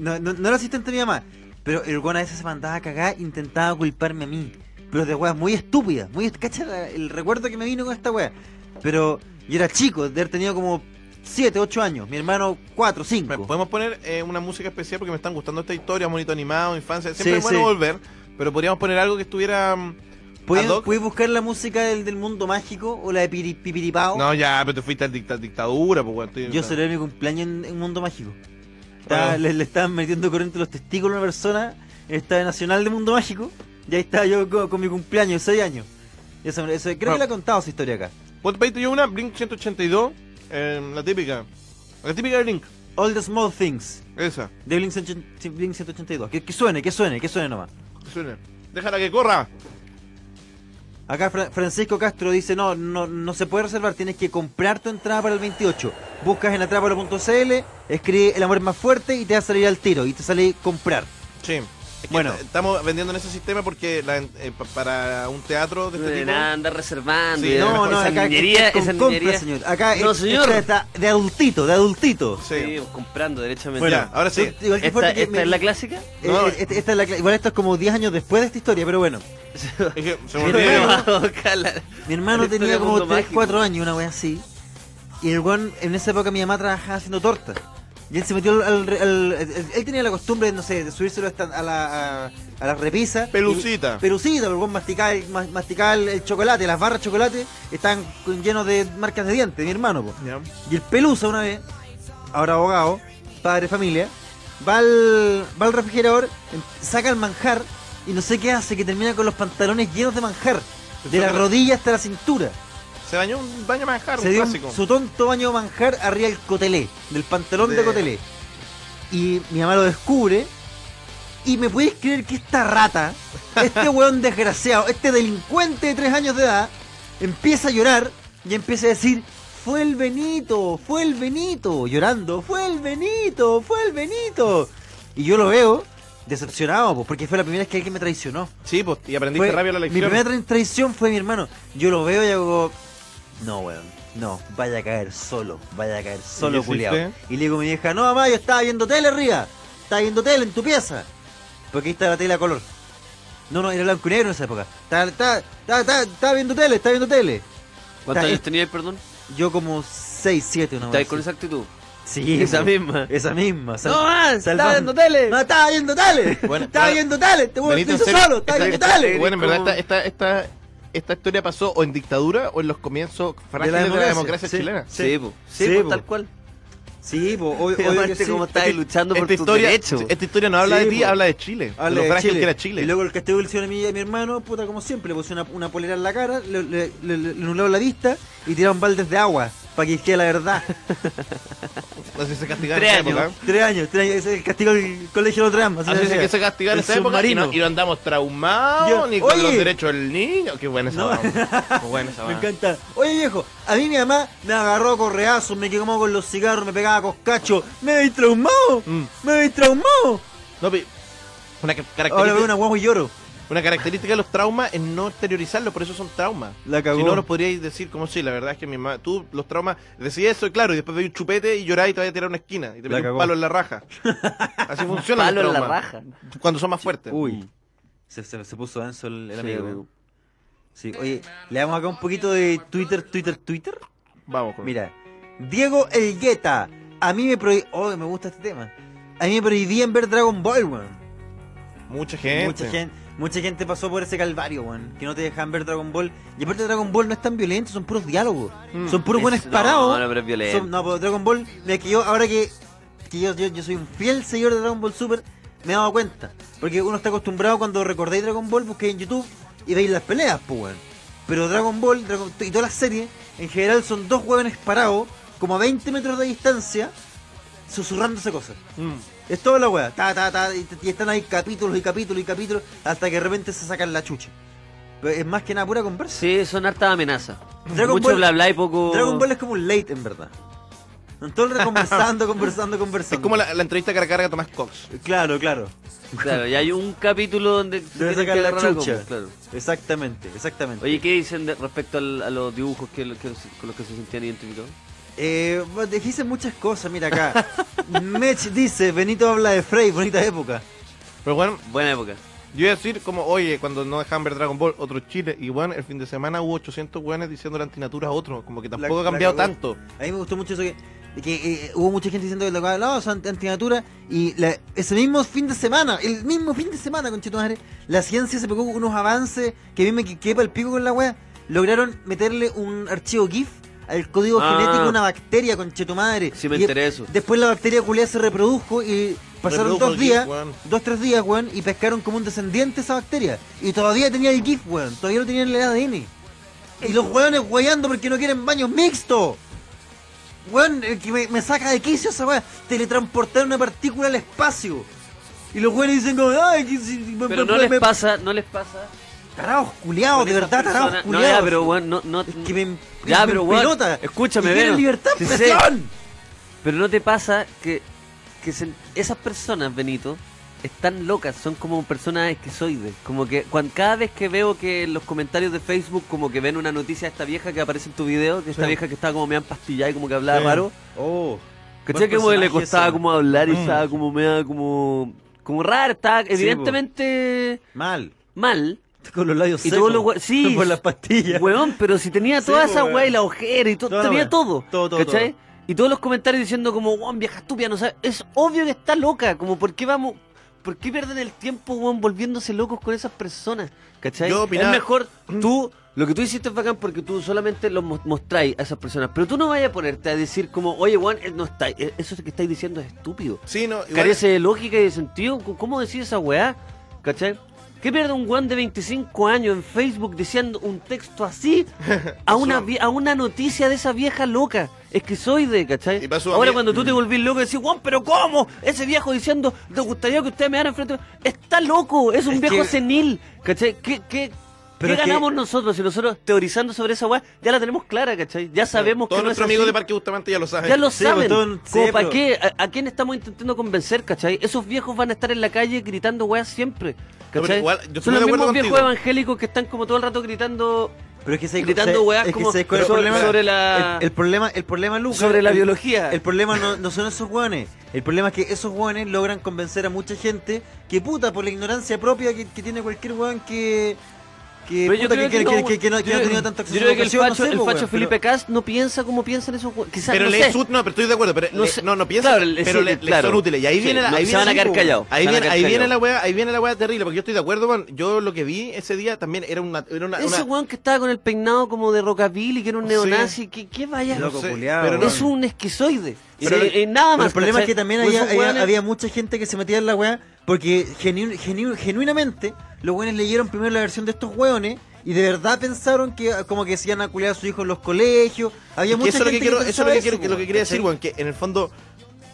No, no, no era asistente de mi mamá. Pero el weón a veces se mandaba a cagar intentaba culparme a mí. Pero de weas muy estúpidas, muy est- cacha la- el recuerdo que me vino con esta wea. Pero yo era chico, de haber tenido como 7, 8 años, mi hermano 4, 5.
Podemos poner eh, una música especial porque me están gustando esta historia, bonito animado, infancia. Siempre
Sí,
es bueno
sí.
volver, pero podríamos poner algo que estuviera. mm, ad hoc.
¿Puedes buscar la música del, del mundo mágico o la de Piri- Pipiripao?
No, ya, pero te fuiste a dicta- dictadura, pues, weón. estoy-
Yo celebré mi cumpleaños en, en Mundo Mágico. Estaba-
Bueno.
le, le estaban metiendo corriente los testículos a una persona en Estadio Nacional de Mundo Mágico. Y ahí estaba yo co- con, mi cumpleaños, 6 años. Y eso- eso- creo
Bueno.
que le he contado esa historia acá.
¿Cuánto pediste yo una? Blink 182, eh, la típica. La típica de Blink,
All the Small Things
esa,
de Blink, 180 Blink 182. Que, que suene, que suene, que suene nomás.
que suena. Déjala que corra.
Acá Fra- Francisco Castro dice, no, no, no se puede reservar, tienes que comprar tu entrada para el 28. Buscas en atrápalo.cl, escribe el amor es más fuerte y te va a salir al tiro y te sale comprar.
Sí. Es que
Bueno.
est- estamos vendiendo en ese sistema porque la en- eh, pa- para un teatro de
No
este
de
tipo.
nada, andar reservando.
Sí,
y
No,
después
no,
esa
acá
niñería,
es con
esa
compra,
niñería.
señor. Acá
No,
es-
señor.
esta está de adultito, de adultito.
Sí.
Sí, comprando derechamente.
Bueno, ahora sí.
Yo- igual que
¿Esta,
fuerte que
esta
me-
es la clásica?
eh,
No.
eh, esta es la cla- igual esto es como 10 años después de esta historia, pero bueno.
Es que se me
Sí,
olvidó.
bueno.
Ojalá.
Mi hermano
La historia
tenía
del
como
mundo
3,
mágico.
4 años, una wea así. Y el weón, en esa época mi mamá trabajaba haciendo tortas. Y él se metió al. al- al- él- él tenía la costumbre, no sé, de subírselo hasta a la, a, a la repisa.
Pelucita.
Y- pelucita, el weón masticaba, el- mas- masticaba el, el chocolate, las barras de chocolate estaban con- llenos de marcas de dientes, mi hermano, po.
Ya.
Y el Pelusa una vez, ahora abogado, padre de familia, va al, va al refrigerador, em- saca el manjar y no sé qué hace, que termina con los pantalones llenos de manjar, de la rodilla hasta la cintura.
Se dañó un baño manjar,
Se
un
dio un-
clásico.
su tonto baño de manjar arriba del cotelé, del pantalón de,
De-
cotelé. Y mi mamá lo descubre y me puedes creer que esta rata, este weón desgraciado, este delincuente de tres años de edad, empieza a llorar y empieza a decir, fue el Benito, fue el Benito, llorando, fue el Benito, fue el Benito. Y yo lo veo decepcionado, po, porque fue la primera vez que alguien me traicionó.
Sí, pues, y aprendiste
Fue-
rápido la
Mi
lección.
primera tra- traición fue mi hermano. Yo lo veo y hago. No, weón. No, vaya a caer solo. Vaya a caer
¿Y
solo,
hiciste?
culiado. Y le digo a mi vieja: No, mamá, yo estaba viendo tele arriba. Estaba viendo tele en tu pieza. Porque ahí está la tele a color. No, no, era blanco y negro en esa época. Estaba, estaba- estaba- estaba- estaba viendo tele, estaba viendo tele.
¿Cuántos
Está-
años tenías, perdón?
Yo como 6, 7, una
¿Estabas
vez.
con esa actitud?
Sí,
Esa
po.
misma.
Esa misma. sal-
No, man,
salvando-
estaba viendo tele.
No, estaba viendo tele.
Bueno,
estaba
bueno,
viendo tele. este Te voy
Benito, en serio,
solo. Estaba viendo
esta-
tele.
Bueno, en
Como-
verdad, esta, esta, esta, esta historia pasó o en dictadura o en los comienzos frágiles de la democracia,
sí.
chilena.
Sí,
Sí,
po.
sí,
Sí,
po.
po, tal cual.
Sí, po, obvio, obvio que
Obviamente,
sí.
como estabas luchando por
esta
tus
historia,
derechos.
Esta historia no habla
Sí,
de ti,
po.
habla de Chile. de
Habla
lo
de
frágil
Chile.
que era Chile.
Y luego el castigo del señor a mi, a mi hermano, puta, como siempre, le puso una, una polera en la cara, le, le- le- le anularon la vista y tiraron baldes de agua para que dijera la verdad.
Así se castigaba en
Tres
esa
años.
época.
tres años, tres años, ese es el castigo del colegio de Notre Dame. así
Así
decía.
es que se castigaba en
El
esa época y no,
submarino.
y no andamos traumados
Yo-
ni con los
oye.
derechos del niño. Qué buena esa
No.
va. Qué buena esa
Me
va.
encanta. Oye viejo, a mí mi mamá me agarró a correazos, me quemó con los cigarros, me pegaba coscacho, me habéis traumado,
Mm.
me habéis traumado.
No, pi- una, ca-
Ahora veo
característica,
una guagua y lloro.
una característica de los traumas es no exteriorizarlos, por eso son traumas.
La cagó.
Si no, los podríais decir como sí, la verdad es que mi mamá, tú los traumas, decís eso, y claro, y después veis un chupete y llorás y te vas a tirar a una esquina y te
La
metes
cagó.
un palo en la raja. Así funciona
Palo
el
en la
trauma.
raja.
Cuando son más fuertes.
Uy. mm. Se, se- se puso denso el, el
Sí,
amigo. Sí, oye, le damos acá un poquito de Twitter, Twitter, Twitter.
Vamos con
Mira, Diego El Guetta, a mí me prohibí. Oh, me gusta este tema. A mí me prohibían ver Dragon Ball, weón.
mucha gente.
Mucha gente, mucha gente pasó por ese calvario, weón. Que no te dejan ver Dragon Ball. Y aparte, Dragon Ball no es tan violento, son puros diálogos.
Mm.
Son puros
Es-
buenos
no,
parados.
no, pero es violento.
Son- no, pero Dragon Ball, mira que yo, ahora que, que yo, yo, yo soy un fiel seguidor de Dragon Ball Super, me he dado cuenta. Porque uno está acostumbrado cuando recordáis Dragon Ball, busquéis en YouTube y veis las peleas, pues, weón. Pero Dragon Ball Dragon- y todas las series, en general son dos huevones parados, como a 20 metros de distancia, susurrándose cosas.
Mm.
Es toda la weá. Ta, ta, ta, y, y están ahí capítulos y capítulos y capítulos hasta que de repente se sacan la chucha. Pero es más que nada pura conversa.
Sí, son hartas amenazas.
Dragon
Mucho
Ball-
bla bla y poco.
Dragon Ball es como un late en verdad. Están Todo el rato conversando, conversando,
Es
conversando.
como la, la entrevista que recarga Tomás Cox.
Claro, claro.
Claro, y hay un capítulo donde. se
Debe
tienen
sacar
que
la
agarrar a
chucha.
combos, claro.
Exactamente, exactamente.
Oye, ¿qué dicen de- respecto al- a los dibujos que, que- con los que se sentían identificados?
Eh, bueno, dijiste muchas cosas, mira acá. Mech dice, Benito habla de Frey, bonita época.
Pero bueno,
Buena época.
yo iba a decir como, oye, cuando no dejaban ver Dragon Ball, otro Chile. Y bueno, el fin de semana hubo 800 weones diciendo la antinatura a otro. Como que tampoco
La-
ha
la
cambiado
cagó.
tanto.
A mí me gustó mucho eso que, de que eh, hubo mucha gente diciendo que lo que no, son antinatura. Y la- ese mismo fin de semana, el mismo fin de semana, conchetumadre, la ciencia se pegó unos avances que a mí me que- quedé el pico con la wea. Lograron meterle un archivo GIF al código
Ah.
genético de una bacteria, conchetumadre.
Sí me
Y-
enteré de eso.
Después la bacteria culia se reprodujo y pasaron
Reprodujo
dos
el GIF,
días,
weón.
dos, tres días, weón, y pescaron como un descendiente esa bacteria. Y todavía tenía el GIF, weón, todavía no tenía el ADN. Y los weones weyando porque no quieren baños mixtos. Weón, eh, que me, me saca de quicio esa weá. Teletransportar una partícula al espacio. Y los weones dicen como, ay, que si- me-
Pero
me-
no les
me-
pasa, no les pasa
Tarados culiados,
Con
de
esas
verdad, tarados
personas- No,
culiados.
ya, pero weón, no, no.
Es que me.
Ya,
me
pero weón,
pelota.
escúchame,
Y quieren
Vero.
libertad
Sí
de
sé.
expresión.
Pero no te pasa que, que se- esas personas, Benito, están locas, son como personas esquizoides. Como que cuando, cada vez que veo que en los comentarios de Facebook como que ven una noticia de esta vieja que aparece en tu video, de esta
Sí.
vieja que estaba como medio empastillada y como que hablaba raro,
Oh.
¿cachai?
buen
Que como que le
personaje
costaba
ese,
como hablar y
Mm.
estaba como media como... Como rara, estaba evidentemente
Mal.
mal.
Con los labios
Y
secos.
todos los hue- sí.
Por las pastillas.
Weón, pero si tenía
Sí,
toda
po,
esa
weón.
weá y la ojera y todo,
Toda la
tenía
weá.
todo.
Todo, todo,
¿Cachai?
todo.
Y todos los comentarios diciendo como, weón, vieja estúpida, no sabe. Es obvio que está loca, como, ¿por qué vamos? ¿Por qué pierden el tiempo, weón, volviéndose locos con esas personas? ¿Cachai?
Yo opinaba-
Es mejor
mm.
tú, lo que tú hiciste es bacán porque tú solamente los mos- mostráis a esas personas. Pero tú no vayas a ponerte a decir como, oye, weón, él no está. eh, Eso que estáis diciendo es estúpido.
Sí, no, igual-
Carece de lógica y de sentido. ¿Cómo- ¿Cómo decís esa weá? ¿Cachai? ¿Qué pierde un weón de 25 años en Facebook diciendo un texto así a una, vie- a una noticia de esa vieja loca? Es que soy de, ¿cachai?
Y pasó a
Ahora
mí-
cuando tú te volvís loco decís, weón, pero ¿cómo? Ese viejo diciendo, ¿te gustaría que ustedes me hagan frente? Está loco, es un
Es
viejo
que-
senil, ¿cachai? ¿Qué, qué,
Pero
qué
es que-
ganamos nosotros? Si nosotros teorizando sobre esa weá ya la tenemos clara, ¿cachai? Ya sabemos
Todos
que no es
nuestros amigos
así.
de Parque Bustamante ya lo saben.
Ya lo
Sí,
saben.
botón, sí,
Como, ¿para
pero-
qué? ¿A, a quién estamos intentando convencer, cachai? Esos viejos van a estar en la calle gritando weas siempre.
No, pero
¿Cachai?
igual, yo estoy
Son
de
los
acuerdo
mismos viejos
contigo.
evangélicos que están como todo el rato gritando
Pero pues, es que se
Gritando weas como sobre- sobre la-
El, el problema, el problema Lucas,
sobre la
el-
biología.
El problema no, no son esos hueones. El problema es que esos hueones logran convencer a mucha gente que puta por la ignorancia propia que, que tiene cualquier hueón que que
Pero yo
puta,
creo que
que,
no,
que- que- que no, que no
yo-
ha tenido tanto acceso
yo
a
creo
la
que el
educación,
facho,
no sé,
el
po,
facho
weón,
Felipe
pero-
Cast no piensa como piensan esos weones. Quizás
Pero
no
le
sé.
es útil- no, pero estoy de acuerdo, pero
No
le-
sé.
no, no piensa,
Claro, le-
pero
sí,
le, le
claro.
son útiles. Y ahí
Sí,
viene la,
no,
ahí
se
viene
van a
sí,
quedar
po,
callados,
Ahí
se van a
viene,
quedar
ahí viene
callados.
la weá, ahí viene la weá terrible, porque yo estoy de acuerdo, man. Yo lo que vi ese día también era una, era una,
Ese
una-
weón que estaba con el peinado como de rockabilly, que era un
Sí.
neonazi, que, que vaya.
Loco,
no sé,
culiao,
pero no-
es un esquizoide.
Pero
Sí,
lo-
eh, nada
Pero
más.
el problema es
¿cachai?
que también
Pues
había,
esos
había,
weones-
había mucha gente que se metía en la weá porque genu- genu- genuinamente los weones leyeron primero la versión de estos weones y de verdad pensaron que ah, como que se iban a culiar a su hijo en los colegios. Había
que
mucha
eso es lo que
gente
quiero,
que
eso es lo que
pensaba
quiero,
eso,
que lo que
weón,
quería
¿cachai?
decir, weón, que en el fondo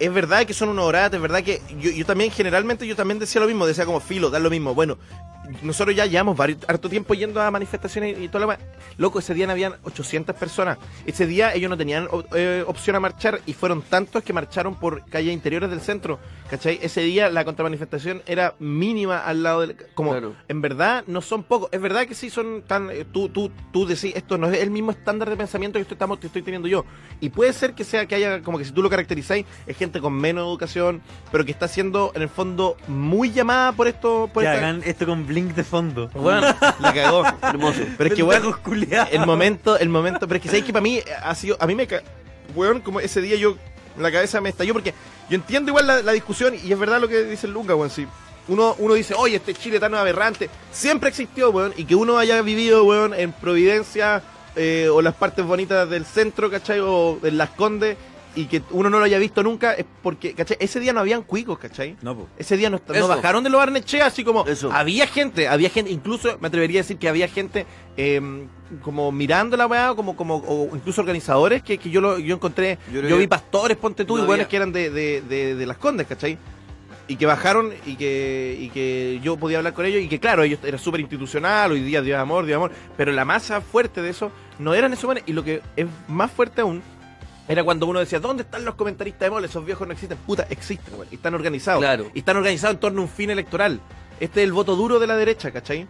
es verdad que son unos orates, es verdad que yo, yo también generalmente yo también decía lo mismo, decía como filo, da lo mismo. Bueno, nosotros ya llevamos varios, harto tiempo yendo a manifestaciones y, y toda la weá. Loco, ese día no habían 800 personas. Ese día ellos no tenían o- eh, opción a marchar y fueron tantos que marcharon por calles interiores del centro. ¿Cachai? Ese día la contramanifestación era mínima al lado del. Como,
Claro.
en verdad no son pocos. Es verdad que sí son tan. eh, Tú, tú, tú decís, esto no es el mismo estándar de pensamiento que esto estamos, que estoy teniendo yo. Y puede ser que sea que haya, como que si tú lo caracterizáis, es gente con menos educación, pero que está siendo, en el fondo, muy llamada por esto. Por
Que
esta-
hagan esto con Blink de fondo.
Weón, la cagó.
Hermoso.
Pero es que, weón,
Pendejos culiados.
el momento, el momento. Pero es que sabéis que para mí ha sido. A mí me. ca- Weón, como ese día yo. La cabeza me estalló porque yo entiendo igual la, la discusión y es verdad lo que dice el Lucas, weón. Si uno, uno dice, oye, este Chile tan aberrante. Siempre existió, weón. Y que uno haya vivido, weón, en Providencia eh, o las partes bonitas del centro, ¿cachai? O en Las Condes y que uno no lo haya visto nunca es porque, ¿cachai? Ese día no habían cuicos, ¿cachai?
No, po.
Ese día no, est- no
Eso.
bajaron de los Barnechea, así como
Eso.
había gente, había gente, incluso me atrevería a decir que había gente eh, como mirando la weá, como, como, o incluso organizadores que, que yo lo, yo encontré,
Yo
yo,
creo que
vi pastores, ponte tú,
no
y weones
había-
que eran de, de, de, de las condes, ¿cachai? Y que bajaron y que, y que yo podía hablar con ellos y que claro, ellos era súper institucional, hoy día Dios amor, Dios amor, pero la masa fuerte de eso no eran esos weones, y lo que es más fuerte aún era cuando uno decía, ¿dónde están los comentaristas de mole? Esos viejos no existen. Puta, existen, güey. Están organizados.
Claro.
Y están organizados en torno a un fin electoral. Este es el voto duro de la derecha, ¿cachai?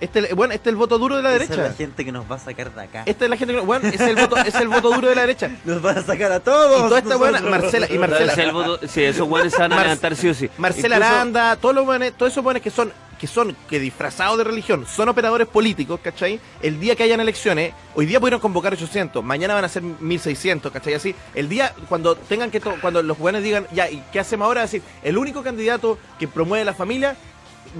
Este, es- bueno, este es el voto duro de la
Esa
derecha.
es la gente que nos va a sacar de acá.
Esta es la gente que... Bueno, es el voto, es el voto duro de la derecha.
Nos va a sacar a
Y
todos.
toda esta
nosotros.
buena... Marcela, y Marcela...
Entonces, el voto- Sí, esos weones se van a
Mar-
levantar sí o sí.
Marcela
Incluso-
Aranda, todos los buenos, todos esos buenos que son, que son, que disfrazados de religión, son operadores políticos, ¿cachai? El día que hayan elecciones, hoy día pudieron convocar 800, mañana van a ser 1600, ¿cachai? Así, el día cuando tengan que, to- cuando los buenos digan, ya, ¿y qué hacemos ahora? Es decir, el único candidato que promueve la familia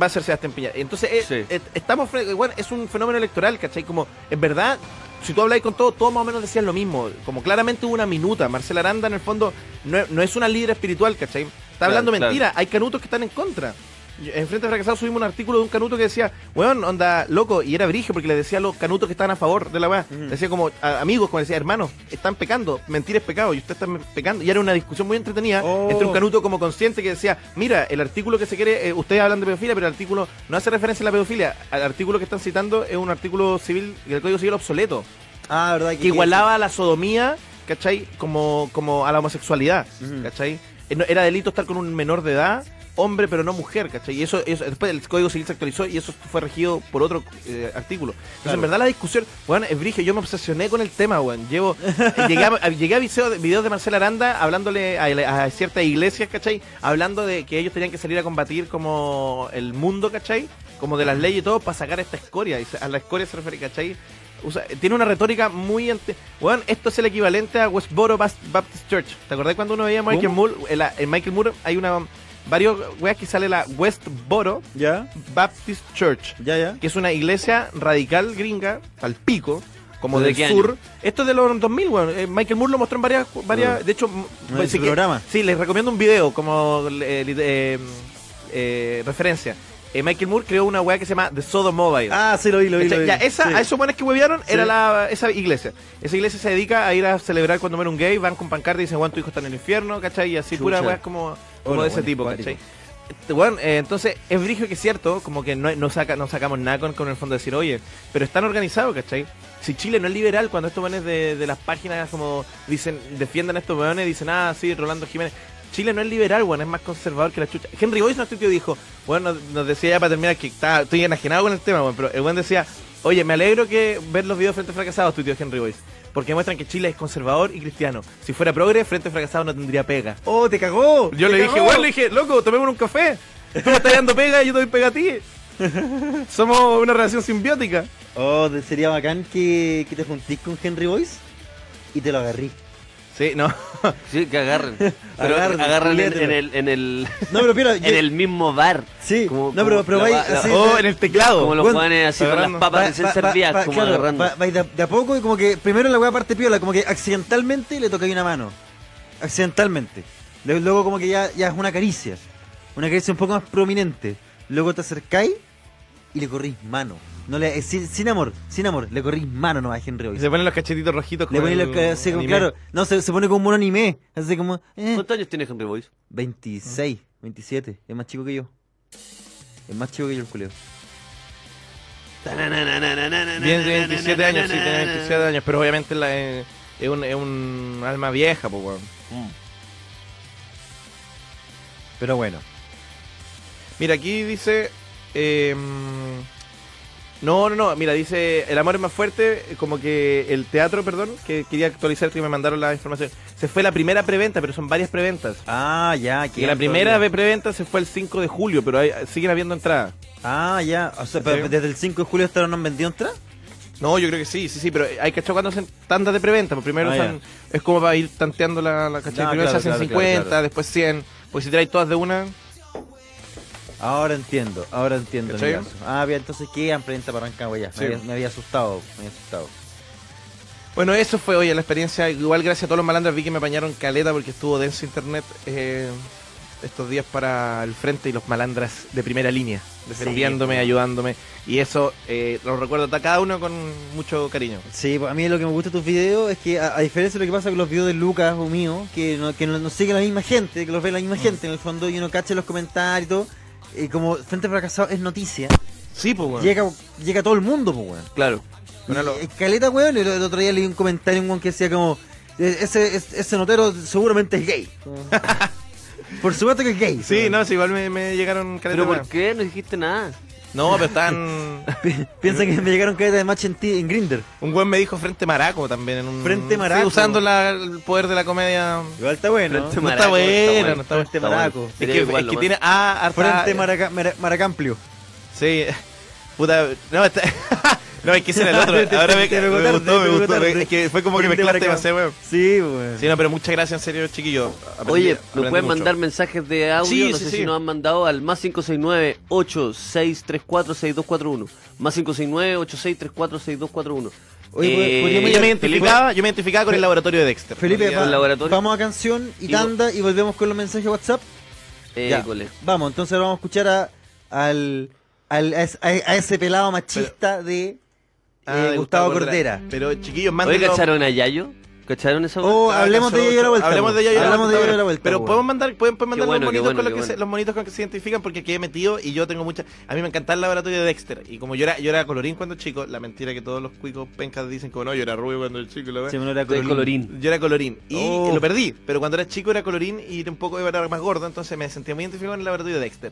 va a ser Sebastián Piñera. Entonces, eh,
Sí.
eh, estamos, fre- bueno, es un fenómeno electoral, ¿cachai? Como, en verdad, si tú habláis con todos, todos más o menos decían lo mismo. Como claramente hubo una minuta. Marcela Aranda, en el fondo, no, es- no es una líder espiritual, ¿cachai? Está hablando
Claro,
mentira. Hay canutos que están en contra. yo- en Frente Fracasado subimos un artículo de un canuto que decía, weón, onda, loco, y era brige porque le decía a los canutos que estaban a favor de la weá.
Ujú.
Decía como, a- amigos, como decía, hermanos, están pecando, mentir es pecado y ustedes están pecando. Y era una discusión muy entretenida
Oh.
entre un canuto como consciente que decía, mira, el artículo que se quiere, eh, ustedes hablan de pedofilia, pero el artículo no hace referencia a la pedofilia. El artículo que están citando es un artículo civil, del Código Civil obsoleto
Ah, verdad.
que igualaba a la sodomía, ¿cachai? Como, como a la homosexualidad,
Ujú.
¿cachai? Eh, no- Era delito estar con un menor de edad, hombre pero no mujer, ¿cachai? Y eso, eso- después el Código Civil se actualizó y eso fue regido por otro eh, artículo. Entonces, en verdad la discusión, bueno, es brigio, yo me obsesioné con el tema, weón. Llevo, eh, llegué a, llegué a viseo- videos de Marcela Aranda hablándole a, a ciertas iglesias, ¿cachai? Hablando de que ellos tenían que salir a combatir como el mundo, ¿cachai? Como de las leyes y todo para sacar esta escoria. Y se- a la escoria se refiere, ¿cachai? O sea, tiene una retórica muy anti... Weón, esto es el equivalente a Westboro Bas- Baptist Church. ¿Te acordás cuando uno veía a Michael Moore? En, la- en Michael Moore hay una... Varios weas que sale la Westboro
Ya,
Baptist Church.
ya, ya.
Que es una iglesia radical gringa, al pico, como
¿De
del
qué
sur.
año?
Esto es de los 2000, weón. Eh, Michael Moore lo mostró en varias... varias de hecho... m-
en
pues,
su programa.
Sí, les recomiendo un video como eh, li- eh, eh, referencia. Eh, Michael Moore creó una wea que se llama The Sodomobile.
Ah, sí, lo vi, lo vi. lo
¿Cachai?
vi.
Ya, esa,
Sí.
a esos buenos que huevearon
Sí.
era la, esa iglesia. Esa iglesia se dedica a ir a celebrar cuando muere un gay, van con pancarta y dicen, Juan, tu hijo está en el infierno, ¿cachai? Y así
Chucha.
pura weas como, como
Hola,
de ese
bueno,
tipo,
cuático.
¿cachai? Este, Bueno, eh, entonces es brillo que es cierto, como que no, no, saca, no sacamos nada con, con el fondo de decir, oye, pero están organizados, ¿cachai? Si Chile no es liberal, cuando estos manes de, de las páginas como dicen, defienden a estos weones, dicen, ah, sí, Rolando Jiménez. Chile no es liberal, bueno, es más conservador que la chucha. Henry Boyce, nuestro tío, dijo, bueno, nos, nos decía ya para terminar que está, estoy enajenado con el tema, bueno, pero el buen decía, oye, me alegro que ver los videos de Frente Fracasados, tu tío Henry Boyce, porque muestran que Chile es conservador y cristiano. Si fuera progre, Frente Fracasado no tendría pega.
Oh, te cagó.
Yo
te
le dije,
cagó.
weón, le dije, loco, tomémonos un café. Tú me estás dando pega y yo te doy pega a ti. Somos una relación simbiótica.
Oh, de- sería bacán que, que te juntís con Henry Boyce y te lo agarrí.
Sí, no.
Sí, que agarren. Pero
Agarren,
agarren, en,
léetelo.
en el, en, el,
No, pero mira, yo-
en el mismo bar.
Sí,
Como-
no, pero
como
probáis
la- la-
así.
Oh, en el teclado.
Como los
Bueno,
jóvenes así con las
agarrando.
va-
papas de
va-
ser servidas,
va-
como
claro,
agarrando.
va- vais de, de a poco y como que primero la weá parte piola, como que accidentalmente le toca ahí una mano. Accidentalmente. Lu- Luego como que ya, ya es una caricia. Una caricia un poco más prominente. Luego te acercáis y le corrís mano. No le, eh, sin, sin amor, sin amor, le corrís mano no a Henry
Y
Boyce.
se ponen los cachetitos rojitos
Le ponéis los ca- así como, claro, no, se, se pone como un anime, así como, eh,
¿Cuántos años tiene Henry Boyce?
26, 27, es más chico que yo. Es más chico que yo el culeo.
Tiene 27 años, sí, tiene 27 años. Pero obviamente la- eh, es, un, es un alma vieja, pues, weón.
Pero bueno.
Mira, aquí dice. eh, no, no, no. Mira, dice. El amor es más fuerte. eh, Como que el teatro, perdón. Que quería actualizar que me mandaron la información. Se fue la primera preventa, pero son varias preventas.
Ah, ya,
Y la
quedan
primera
todavía.
de preventa se fue el 5 de julio, pero hay- siguen habiendo entradas.
Ah, ya. O sea, pero
Sí.
desde el 5 de julio hasta ahora no han vendido entrada.
No, yo creo que sí, sí, sí, pero hay que cuando hacen tandas de preventa. Pues primero
Ah,
se han- es como para ir tanteando la, la ¿cachai?
Ah,
Primero
claro,
se hacen
claro,
50,
claro, claro.
después 100. Pues si traes todas de una,
Ahora entiendo, ahora entiendo.
¿Cachai?
Nigazo. Ah, bien, entonces quedan preventa para Rancagua ya.
Sí.
Me, había, me había asustado, me había asustado.
Bueno, eso fue, oye, la experiencia. Igual gracias a todos los malandros vi que me apañaron caleta porque estuvo denso internet eh, estos días para el frente y los malandras de primera línea, defendiéndome, ayudándome. Y eso eh, lo recuerdo a cada uno con mucho cariño.
Sí, pues, a mí lo que me gusta de tus videos es que, a, a diferencia de lo que pasa con los videos de Lucas o mío, que no, que no, no sigue la misma gente, que los ve la
Mm.
misma gente en el fondo y uno cacha los comentarios y todo. Y como Frente Fracasado es noticia,
Sí, pues, bueno.
llega, llega todo el mundo, pues, weón.
Claro. Bueno,
Y-
lo-
y Caleta, weón, el, el otro día leí un comentario un weón que decía como, "E- ese, es- ese notero seguramente es gay. Por supuesto que es gay.
Sí, no, sí, igual me, me llegaron caleta.
¿Pero por
más.
qué no dijiste nada?
No, pero están.
Pi- Piensa que me llegaron caletas de match en, ti- en Grinder.
Un buen me dijo frente maraco también. En un...
Frente
Sí,
maraco.
usando la- el poder de la comedia.
Igual está bueno.
Frente
no está
Maraco,
bueno, no está
Frente
bueno.
Maraco.
Es
Sería
que,
igual
es
lo
que
más.
tiene A harta-
Frente Maraca- Mara- Maracamplio.
Sí. Puta, no, está... no, es que ese era el otro. Ahora me,
Te
me
llegó tarde,
gustó,
te
me
llegó
gustó.
tarde.
Es que fue como que
Frente
mezclaste
Maraca-
demasiado, weón.
Sí, weón.
Sí, no, pero muchas gracias, en serio, chiquillo. Aprendí-
Oye, nos
aprendí
pueden
mucho.
mandar mensajes de audio,
Sí,
no
sí,
sé
sí.
si nos han mandado al más 569-8634-6241. Más 569-8634-6241.
Oye, pues,
Eh,
podríamos
Yo me
Felipe-
identificaba, yo me identificaba con el laboratorio de Dexter.
Felipe,
Podría-
va-
el laboratorio.
vamos a canción y
Y-
tanda y volvemos con los mensajes de WhatsApp.
eh,
Ya.
cole.
Vamos, entonces vamos a escuchar a al, al- a, es- a- a ese pelado machista de, eh,
Ah,
Gustavo, Cordera.
Pero chiquillos,
Oye,
mándenlo.
¿cacharon a Yayo? ¿Cacharon eso?
Oh, hablemos de Yayo a la vuelta.
Hablemos
po.
de Yayo a la
Hablemos de
vuelta.
Yayo a la vuelta.
Pero
po.
podemos mandar, pueden, pueden mandar
bueno,
los
qué
monitos
bueno,
con los
qué
que se,
bueno.
los monitos con los que se identifican porque quedé metido y yo tengo mucha a mí me encantaba el laboratorio de Dexter y como yo era yo era colorín cuando chico, la mentira que todos los cuicos pencas dicen como no, yo era rubio cuando el chico, la
Sí,
verdad.
bueno, era
de
colorín.
colorín.
Yo era colorín y
Oh.
lo perdí, pero cuando era chico era colorín y era un poco era más gordo, entonces me sentía muy identificado en el laboratorio de Dexter.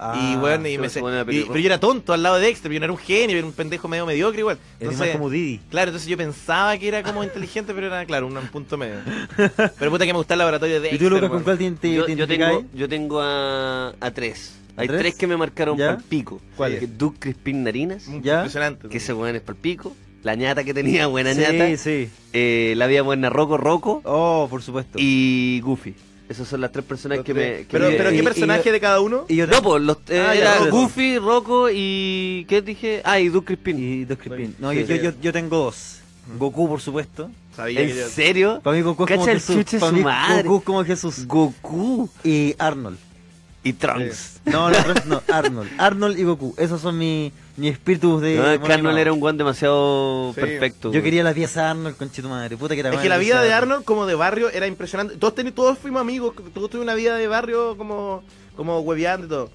Ah,
y bueno, y
sí,
me
se
se-
pone la
y-
pelirroja.
pero yo era tonto al lado de Dexter, yo no era un genio, yo era un pendejo medio mediocre igual.
eres
Entonces,
más como Didi.
Claro, entonces yo pensaba que era como inteligente, pero era, claro, un punto medio. Pero puta que me gusta el laboratorio de
¿Y tú, Lucas, con
Dexter, weón.
cuál te, te
Yo, yo
identificáis?
tengo, yo tengo a, a tres. Hay
¿Tres?
tres? que me marcaron
¿Ya?
pal pico.
¿Cuáles?
Que Duke Crispin Narinas,
Mm,
¿Ya?
Impresionante.
que ese weón es pal pico. La ñata que tenía, buena
Sí,
ñata.
sí.
Eh, la vida buena Rocco Rocco.
Oh, por supuesto.
Y Goofy. Esas son las tres personas
Los
que me...
tres.
que
pero,
me-
pero
y-
¿qué
y-
personaje de cada uno?
y yo
No, pues, los, eh,
Ah, ya,
era
Rocco.
Goofy, Rocco y... ¿Qué dije? Ah, y Duke Crispin.
Y dos Crispin. No,
Sí,
yo,
sí.
yo, yo, yo tengo dos. Goku, por supuesto.
Sabía que yo-
¿En serio?
Para mí Goku es
Mm. Cacha
como
el
Jesús.
chuche
Para
su
mí
madre.
Goku es como Jesús.
Goku
Y Arnold.
y Trunks.
No, no, Trunks no, Arnold. Arnold y Goku. Esos son mi- mis espíritus de.
No, es que
mono animado.
Arnold era un guan demasiado
Sí.
perfecto.
Yo
weón.
quería la pieza de Arnold, conchito madre. Puta que era
Es que
buena
la vida
pieza
de Arnold como de barrio era impresionante. Todos teni- todos fuimos amigos, todos tuvimos una vida de barrio como como hueveando y todo.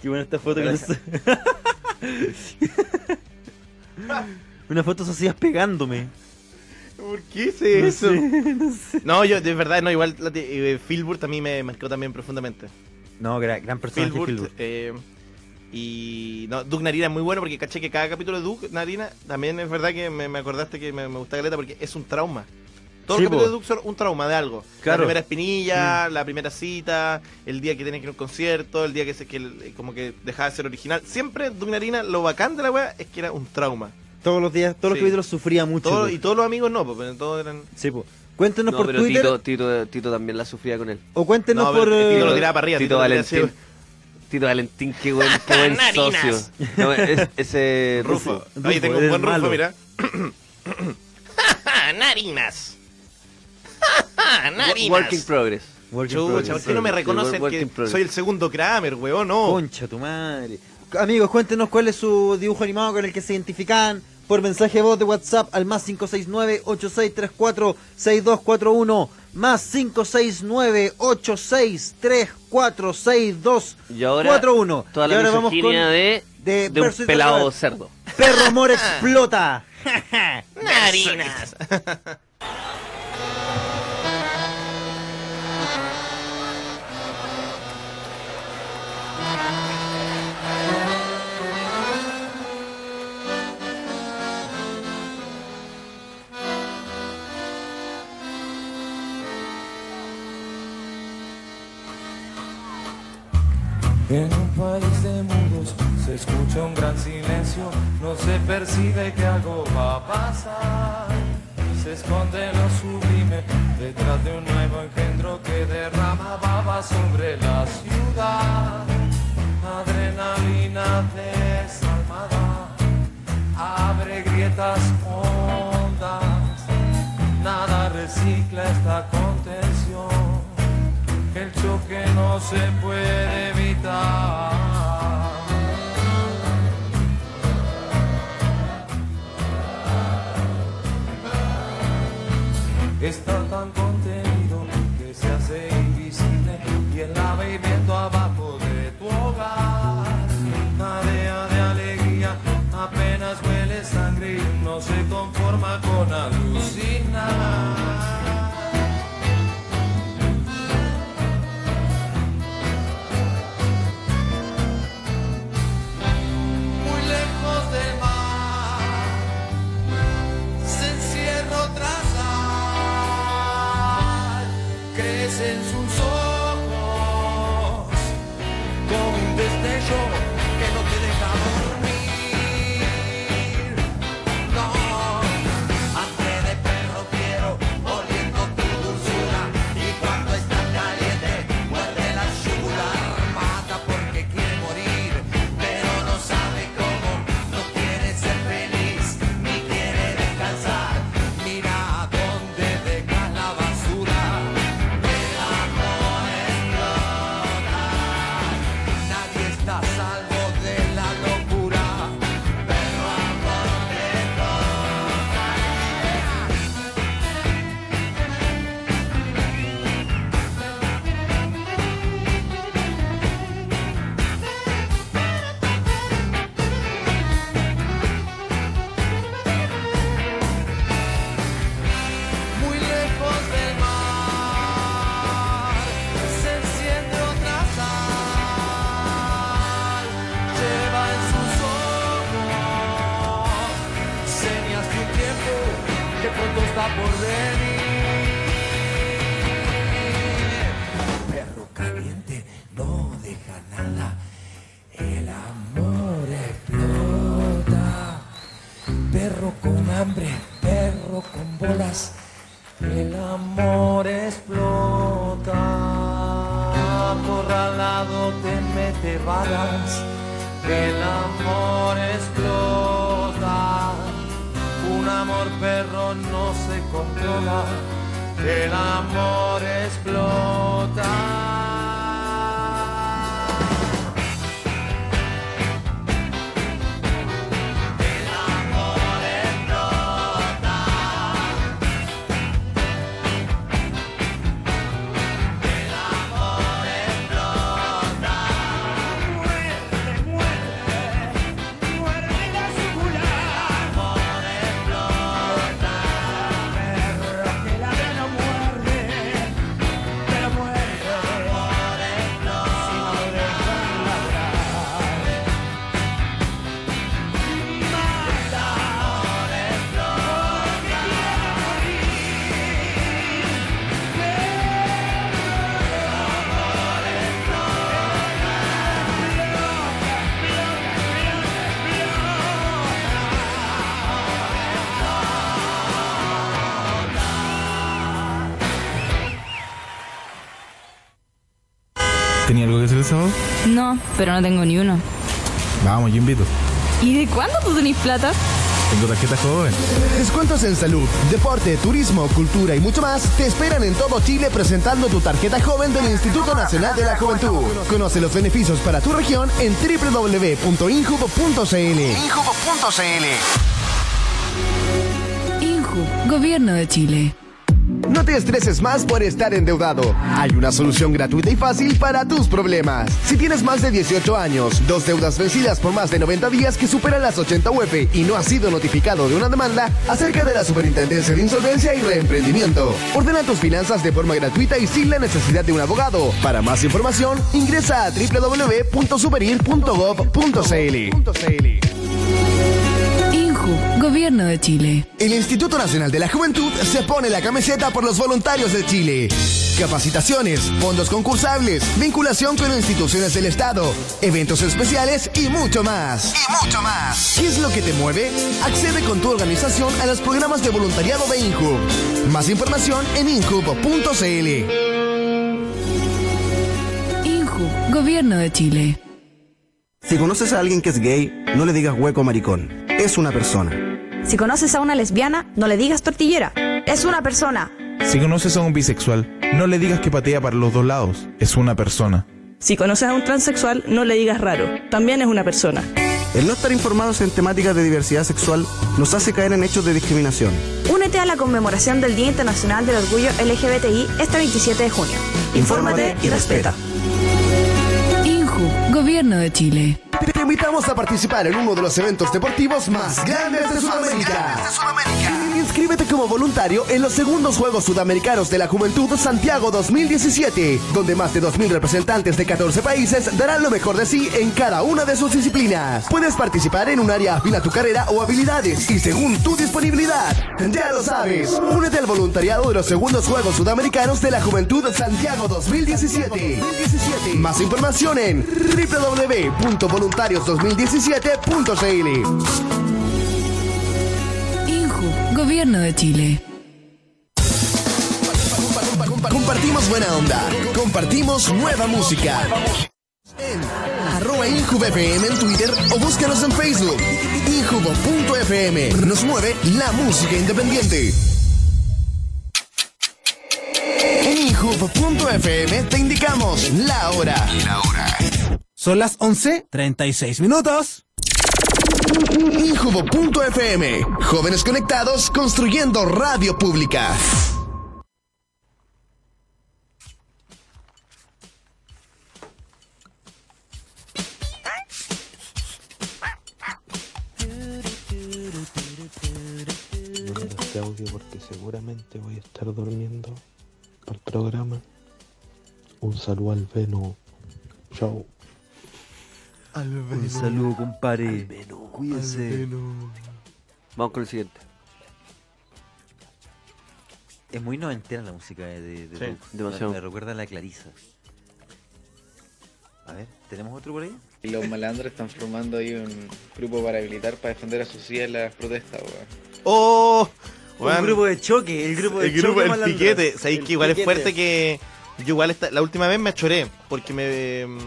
Qué buena esta foto que nos...
Gracias.
Una foto socias pegándome.
¿Por qué hice eso? No, yo de verdad no, igual la te- eh, Filbert a mí me marcó también profundamente.
No, gran, gran personaje
Philburt,
Philburt.
eh, y no, Duke Narina es muy bueno porque caché que cada capítulo de Duke Narina también es verdad que me, me acordaste que me, me gusta Galeta porque es un trauma. Todos
Sí,
los capítulos
po.
de Duke son un trauma de algo.
Claro. Mm.
La primera espinilla, la primera cita, el día que tienes que ir a un concierto, el día que, se, que el- eh, como que dejaba de ser original. Siempre Duke Narina, lo bacán de la wea es que era un trauma.
Todos los días, todos los
Sí.
capítulos sufría mucho.
Todo-
po.
y todos los amigos no, po, pero todos eran...
Sí, po. Cuéntenos
No,
por
pero
Twitter
Tito, Tito, Tito también la sufría con él.
o cuéntenos
No, pero
por...
el
eh,
Tito lo tiraba para arriba.
Tito
lo tiraba así,
Valentín. Tito Valentín, qué buen, qué buen socio. No, es- ese
Rufo.
Rufo.
Oye,
Rufo,
tengo un
eres
buen Rufo,
malo.
mira. Narinas. Narinas.
Working Progress.
Work in
Chucha, ¿por
progress.
qué no me
Sí,
reconocen
work in
que
progress.
soy el segundo Kramer, weón? No.
Concha tu madre. Amigos, cuéntenos cuál es su dibujo animado con el que se identifican por mensaje de voz de WhatsApp al más 569-8634-6241. Más 569-8634-6241.
Y ahora, toda la
Y ahora vamos con
misoginia de,
de
de,
versus
un pelado
Dragon.
cerdo.
Perro Amor Explota.
Narinas.
En un país de mudos se escucha un gran silencio, no se percibe que algo va a pasar. Se esconde lo sublime detrás de un nuevo engendro que derrama baba sobre la ciudad. Adrenalina desalmada abre grietas hondas, nada recicla esta contención el choque no se puede evitar. Está tan contenido que se hace invisible y el lava y viento abajo de tu hogar. Tarea de alegría, apenas huele sangre y no se conforma con alucinar. muy lejos del mar se encierra otra sal crecen sus ojos con un destello que no te deja dormir no hambre de perro quiero está por venir. Perro caliente no deja nada, el amor explota. Perro con hambre, perro con bolas, el amor explota. Por al lado te mete balas, el amor explota. Un amor perro no se controla, el amor explota.
¿Tenía algo que hacer el sábado?
No, pero no tengo ni uno.
Vamos, yo invito.
¿Y de cuándo tú tenés plata?
Tengo tarjeta joven.
Descuentos en salud, deporte, turismo, cultura y mucho más te esperan en todo Chile presentando tu tarjeta joven del Instituto Nacional de la Juventud. Conoce los beneficios para tu región en www.injubo.cl.
Inju, Gobierno de Chile.
No te estreses más por estar endeudado. Hay una solución gratuita y fácil para tus problemas. Si tienes más de 18 años, dos deudas vencidas por más de 90 días que superan las 80 UF E y no has sido notificado de una demanda, acerca de la Superintendencia de Insolvencia y Reemprendimiento. Ordena tus finanzas de forma gratuita y sin la necesidad de un abogado. Para más información, ingresa a www.superir.gov.cl.
Inju, Gobierno de Chile.
El Instituto Nacional de la Juventud se pone la camiseta por los voluntarios de Chile. Capacitaciones, fondos concursables, vinculación con instituciones del Estado, eventos especiales y mucho más. Y mucho más. ¿Qué es lo que te mueve? Accede con tu organización a los programas de voluntariado de INJUB. Más información en injub.cl.
Inju, Gobierno de Chile.
Si conoces a alguien que es gay, no le digas hueco maricón. Es una persona.
Si conoces a una lesbiana, no le digas tortillera. Es una persona.
Si conoces a un bisexual, no le digas que patea para los dos lados. Es una persona.
Si conoces a un transexual, no le digas raro. También es una persona.
El no estar informados en temáticas de diversidad sexual nos hace caer en hechos de discriminación.
Únete a la conmemoración del Día Internacional del Orgullo LGBTI este 27 de junio. Infórmate y respeta.
Inju, Gobierno de Chile.
Te invitamos a participar en uno de los eventos deportivos más grandes de Sudamérica. Inscríbete como voluntario en los segundos Juegos Sudamericanos de la Juventud Santiago 2017, donde más de 2.000 representantes de 14 países darán lo mejor de sí en cada una de sus disciplinas. Puedes participar en un área afín a tu carrera o habilidades y según tu disponibilidad. Ya lo sabes, únete al voluntariado de los segundos Juegos Sudamericanos de la Juventud Santiago 2017. Más información en www.voluntarios2017.cl.
Inju, Gobierno de Chile.
Compartimos buena onda. Compartimos nueva música. En arroba InjubFM en Twitter o búscanos en Facebook. Injubo.fm nos mueve la música independiente. En Injubo.fm te indicamos la hora. La hora.
Son las 11, 36 minutos.
Injubo.fm Jóvenes conectados construyendo radio pública.
No me este audio porque seguramente voy a estar durmiendo al programa. Un saludo al Veno. Chao.
Un saludo, compadre. Cuídense. Vamos con el siguiente. Es muy noventera la música de, de, de
Sí,
Duke.
demasiado.
Me, me recuerda a la Clarisa. A ver, ¿tenemos otro por ahí?
Y los malandros están formando ahí un grupo paramilitar para defender a sus hijas en las protestas, weón.
¡Oh!
Un grupo
de choque, el
grupo de
el grupo,
choque,
El
malandro.
piquete, sabéis
El
que igual
piquete.
es fuerte que. Yo igual esta- la última vez me achoré porque me. mm,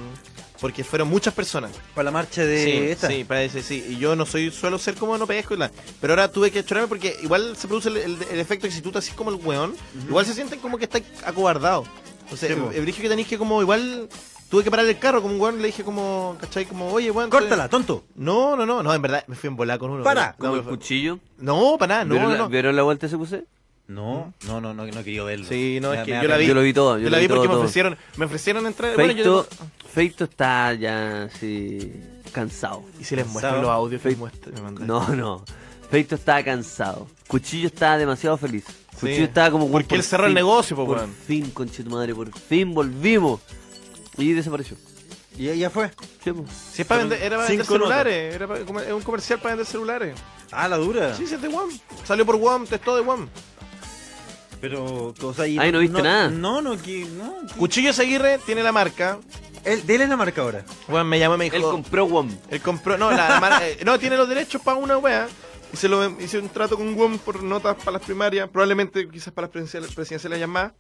Porque fueron muchas personas.
Para la marcha de
sí,
esta.
Sí, para ese, sí. Y yo no soy, suelo ser como no pesco. y la- Pero ahora tuve que achorarme porque igual se produce el, el- el efecto que si tú te haces como el weón, igual se sienten como que está acobardado. Entonces,
Sí,
el,
po.
el brillo que tenéis que como igual. Tuve que parar el carro como un weón, le dije como, ¿cachai? Como, oye, weón.
¡Córtala,
tonto! No, no, no, no, en verdad, me fui en volar con uno.
Para,
No,
¿Como el
me-
cuchillo?
No, para nada, Ah, no,
¿Vieron
no, Eh,
la-
no.
¿Vieron la vuelta SQC?
No, no, no, no, no quería verlo.
Sí, no,
Me-
es que
me
yo la vi.
Yo lo vi todo, yo lo
Yo la
vi
vi
todo,
porque me
todo.
ofrecieron, me ofrecieron entrar. Bueno, yo.
Feito, Feito está ya así cansado.
¿Y si les muestro los audios que les muestro- me mandaste?
No, no. Feito está cansado. Cuchillo está demasiado feliz. Cuchillo estaba como...
Porque
"Por
él cerró el
fin,
negocio, po,
Por
weón".
fin, conche tu madre, por fin volvimos. Y desapareció.
¿Y ya fue?
Sí, po.
Si es para vender, era para vender
Cinco notas.
celulares. Era para- como- es un comercial para vender celulares.
Ah, la dura.
Sí, sí, es de WAM. Salió por WAM, testó de WAM.
Pero, o sea, y
Ahí no viste nada.
No, no, que, no.
Cuchillo Aguirre tiene la marca.
Él, dele la marca ahora.
Weón me llamó y me dijo.
Él compró
WOM.
Él compró. No, la, la marca- eh, no tiene los derechos para una wea. Y se lo hice un trato con WAM por notas para las primarias. Probablemente quizás para las presidenciales, presidenciales hayan más.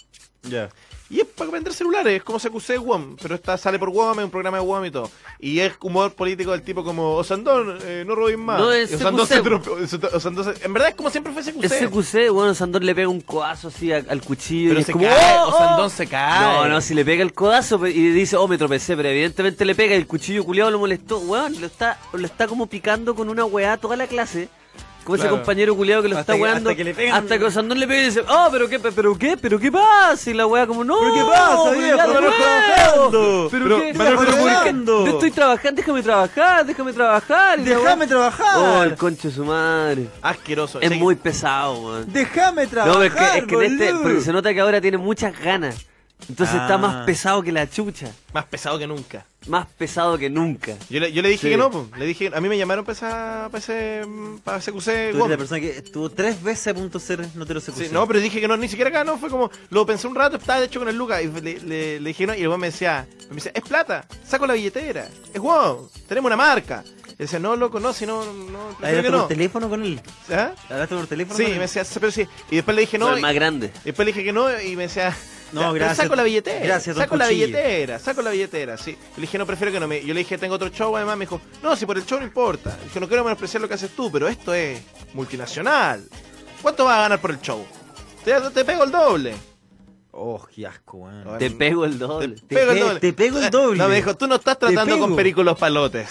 Ya.
Y es para vender celulares, es como se acusé WOM, pero esta sale por WOM, es un programa de WOM y todo. Y es humor político del tipo como Osandón, eh, no robéis más.
No, es
Y Osandón, se
CQC.
trope- Osandón- Osandón se- En verdad es como siempre fue CQC.
Ese QC, bueno, Sandor le pega un codazo así a- al cuchillo.
Pero
y es
se
como,
cae,
¡Oh,
o
oh!
Sandón se cae.
No, no, si le pega el codazo pe- y dice, oh, me tropecé, pero evidentemente le pega y el cuchillo culiado lo molestó. Weón, lo está, lo está como picando con una weá toda la clase. Como ese
Claro.
compañero culiado que lo
Hasta
está
que-
weando.
hasta que le pegan.
Hasta que Sandón le pega y dice, oh, pero qué, pe- pero qué, pero qué pasa. Y la weá como, no,
¿Pero qué pasa,
pero
viejo?
ya de
Manuel
nuevo.
trabajando.
Pero,
Pero
qué,
Manuel
pero ¿por qué?
trabajando.
Yo estoy trabajando, déjame trabajar, déjame trabajar. y la weá-
Déjame trabajar.
Oh, el concho de su madre.
Asqueroso.
Es muy pesado, weón.
Déjame
No,
trabajar.
es que, es que en este,
boludo.
porque se nota que ahora tiene muchas ganas. Entonces
Ah.
está más pesado que la chucha.
Más pesado que nunca.
Más pesado que nunca.
Yo le, yo le dije
Sí.
que no, po. le dije, a mí me llamaron para, esa- para ese, para CQC
Tú eres
WOM.
la persona que estuvo tres veces a punto de ser notero CQC.
Sí, no, pero dije que no, ni siquiera acá, no, fue como, lo pensé un rato, estaba de hecho con el Lucas, y le, le- le dije no, y el weón me decía, me decía, es plata, saco la billetera, es wow, tenemos una marca. Y decía, no, loco, no, si no, no, prefiero
¿Hablaste
que
por
no.
teléfono con él?
¿Ah?
¿Hablaste por teléfono
Sí,
con
me
él?
decía, pero sí, y después le dije no.
Soy el
y-
más grande.
Después le dije que no, y me decía,
No,
"Ya, pero
gracias,
Saco la billetera,
gracias, don
saco la
Cuchillo".
billetera, saco la billetera, sí. Le dije, no, prefiero que no me. Yo le dije, tengo otro show, además, me dijo, no, si por el show no importa. Le dije, no quiero menospreciar lo que haces tú, pero esto es multinacional. ¿Cuánto vas a ganar por el show? Te, te pego el doble.
Oh, qué asco, weón.
Te pego el doble.
Te pego el doble. Te pego el doble.
No, me dijo, tú no estás
Te
tratando
pego.
con Perico los palotes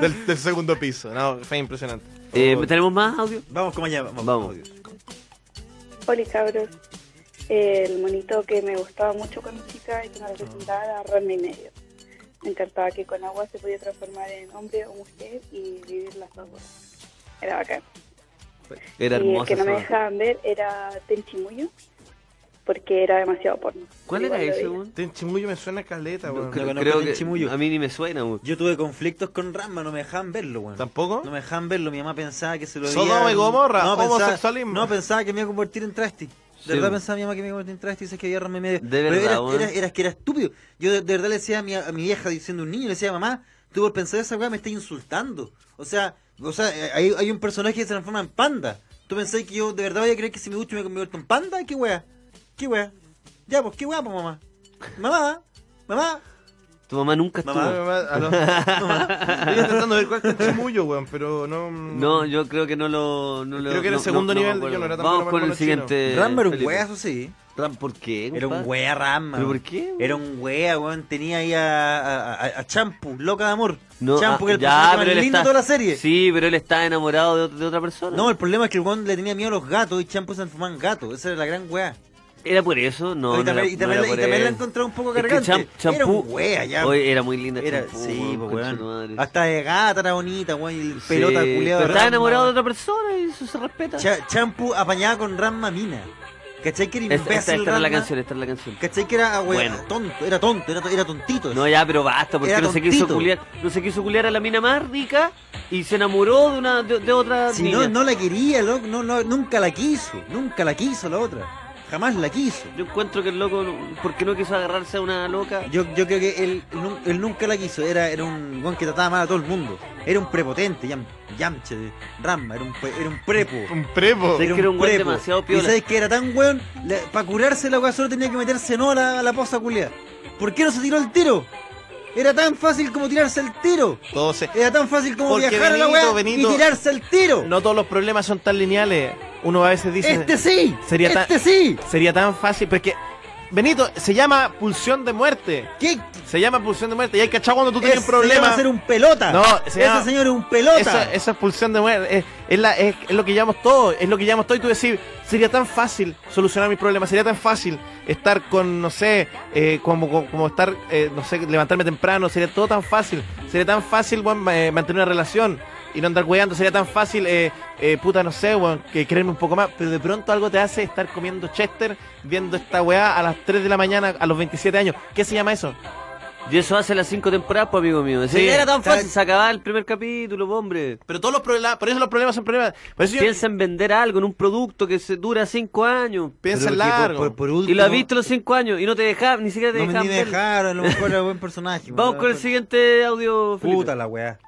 del, del segundo piso. No, fue impresionante.
Eh, ¿Tenemos más audio?
Vamos como allá, vamos.
Hola cabros, el monito que me gustaba mucho cuando chica y que me representaba era Ron y medio. Me encantaba que con agua se podía transformar en hombre o mujer y vivir las dos cosas. Era bacán.
Era
y el
hermoso.
que no me
esa weá.
dejaban ver era Tenchimuyo porque era demasiado porno.
¿Cuál era ese, weón?
Tenchimuyo me suena caleta,
weón.
creo-
No,
creo
no,
que
Tenchimuyo.
a mí ni me suena, weón.
Yo tuve conflictos con Rama, no me dejaban verlo, weón.
¿Tampoco?
No me dejaban verlo, mi mamá pensaba que se lo veía.
Sodoma y Gomorra, homosexualismo.
Pensaba, no, pensaba que me iba a convertir en travesti. De
Sí,
verdad
weón.
pensaba mi mamá que me iba a convertir en travesti y dices que había Rama y medio.
De
Pero
verdad,
era,
weón.
era- era que era estúpido. Yo de, de verdad le decía a mi, a mi vieja, diciendo un niño, le decía, mamá, tú por pensar esa weá me estás insultando. O sea, o sea eh, hay, hay un personaje que se transforma en panda. ¿Tú pensás que yo de verdad voy a creer que si me ducho me convierto en panda? ¿Qué weá? ¿Qué weá? Ya, pues, ¿qué weá, pues, mamá? Mamá, mamá,
Tu mamá nunca estuvo.
Mamá,
Ah, no. Estoy tratando de ver cuál es Tenchimuyo, weón, pero no. mm,
No, yo creo que no lo. No lo
Creo que era el
no-
segundo
no- no me
nivel,
acuerdo.
yo no era tan
Vamos
bueno
con
para
el
los
siguiente.
chinos.
Rama era un
Eh, Felipe.
wea, eso sí.
Ram, ¿por qué?
Era un
compadre?
wea Rama.
¿Pero por qué?
Era un wea, weón. Tenía ahí a, a, a- a Champu, loca de amor.
No,
Champu,
ah,
que era el
ya,
personaje más
pero él
lindo
está-
de toda la serie.
Sí, pero él está enamorado de, ot- de otra persona.
No, el problema es que el weón le tenía miedo a los gatos y Champu se transformaba en gato. Esa era la gran wea.
¿Era por eso? No,
y
no
también,
era-
y
no
también
era
la- y
por
también la
eso.
encontraba un poco
Es que
cargante.
Champ- Champú-
Era un wea, ya.
Oye, era muy linda
Era-
Champú,
sí, pues,
weón, concha
weón.
tu madre.
Hasta de gata era bonita, weón. Y el
Sí,
pelota culiado.
pero estaba enamorado de otra persona y eso se respeta.
Cha- Champu apañaba con Ramma Mina. ¿Cachai que era
Esta,
imbécil?
esta- esta era la
Ranma?
canción, esta era la canción.
¿Cachai que era, ah, weón,
Bueno.
tonto? Era tonto, era, era tontito.
No, ya, pero basta, porque
Era
no se, quiso
tontito.
culiar, no se quiso culiar a la mina más rica y se enamoró de una de, de otra
Si
niña.
no, no la quería, loco, no, no, nunca la quiso, nunca la quiso la otra. Jamás la quiso.
Yo encuentro que el loco, no- ¿por qué no quiso agarrarse a una loca?
Yo, yo creo que él, nun- él nunca la quiso. Era, era un guan que trataba mal a todo el mundo. Era un prepotente, yam, yamche, de rama. Era un, pe- era un prepo.
Un prepo.
Sabes que era un weón demasiado piola.
Y sabes que era tan weón. Para curarse la weá solo tenía que meterse no a la, a la poza culia. ¿Por qué no se tiró el tiro? Era tan fácil como tirarse el tiro.
Todo se-
Era tan fácil como
Porque
viajar a la weá
Benito, Benito-
y tirarse el tiro.
No todos los problemas son tan lineales. Uno a veces dice.
Este sí,
Sería tan-
este sí.
Sería tan fácil. Porque. Benito, se llama pulsión de muerte.
¿Qué?
Se llama pulsión de muerte. Y hay cachado cuando tú tienes
Ese
problemas.
se llama ser un pelota.
No,
Ese señor es un pelota.
Esa, esa es pulsión de muerte. Es, es la- es- es lo que llamamos todo. Es lo que llamamos todo. Y tú decís, sería tan fácil solucionar mis problemas. Sería tan fácil estar con, no sé, eh, como, como, como estar, eh, no sé, levantarme temprano. Sería todo tan fácil. Sería tan fácil, weón, ma- eh, mantener una relación y no andar weando. Sería tan fácil, eh, eh, puta, no sé, weón, que quererme un poco más. Pero de pronto algo te hace estar comiendo Chester, viendo esta weá a las 3 de la mañana a los 27 años. ¿Qué se llama eso?
Y eso hace las cinco temporadas, pues, amigo mío. Si
Sí.
era tan
Está-
fácil, se acababa el primer capítulo, po, hombre.
Pero todos los problemas, por eso los problemas son problemas. Por eso yo-
Piensa en vender algo, en un producto que se dura cinco años.
Piensa en Pero que por- largo. por- por
y
último-
lo has visto los cinco años y no te dejaban, ni siquiera te
No me
dejaban.
ni
ver.
dejaron, a lo mejor era buen personaje.
Vamos con el siguiente audio, Felipe.
Puta la weá.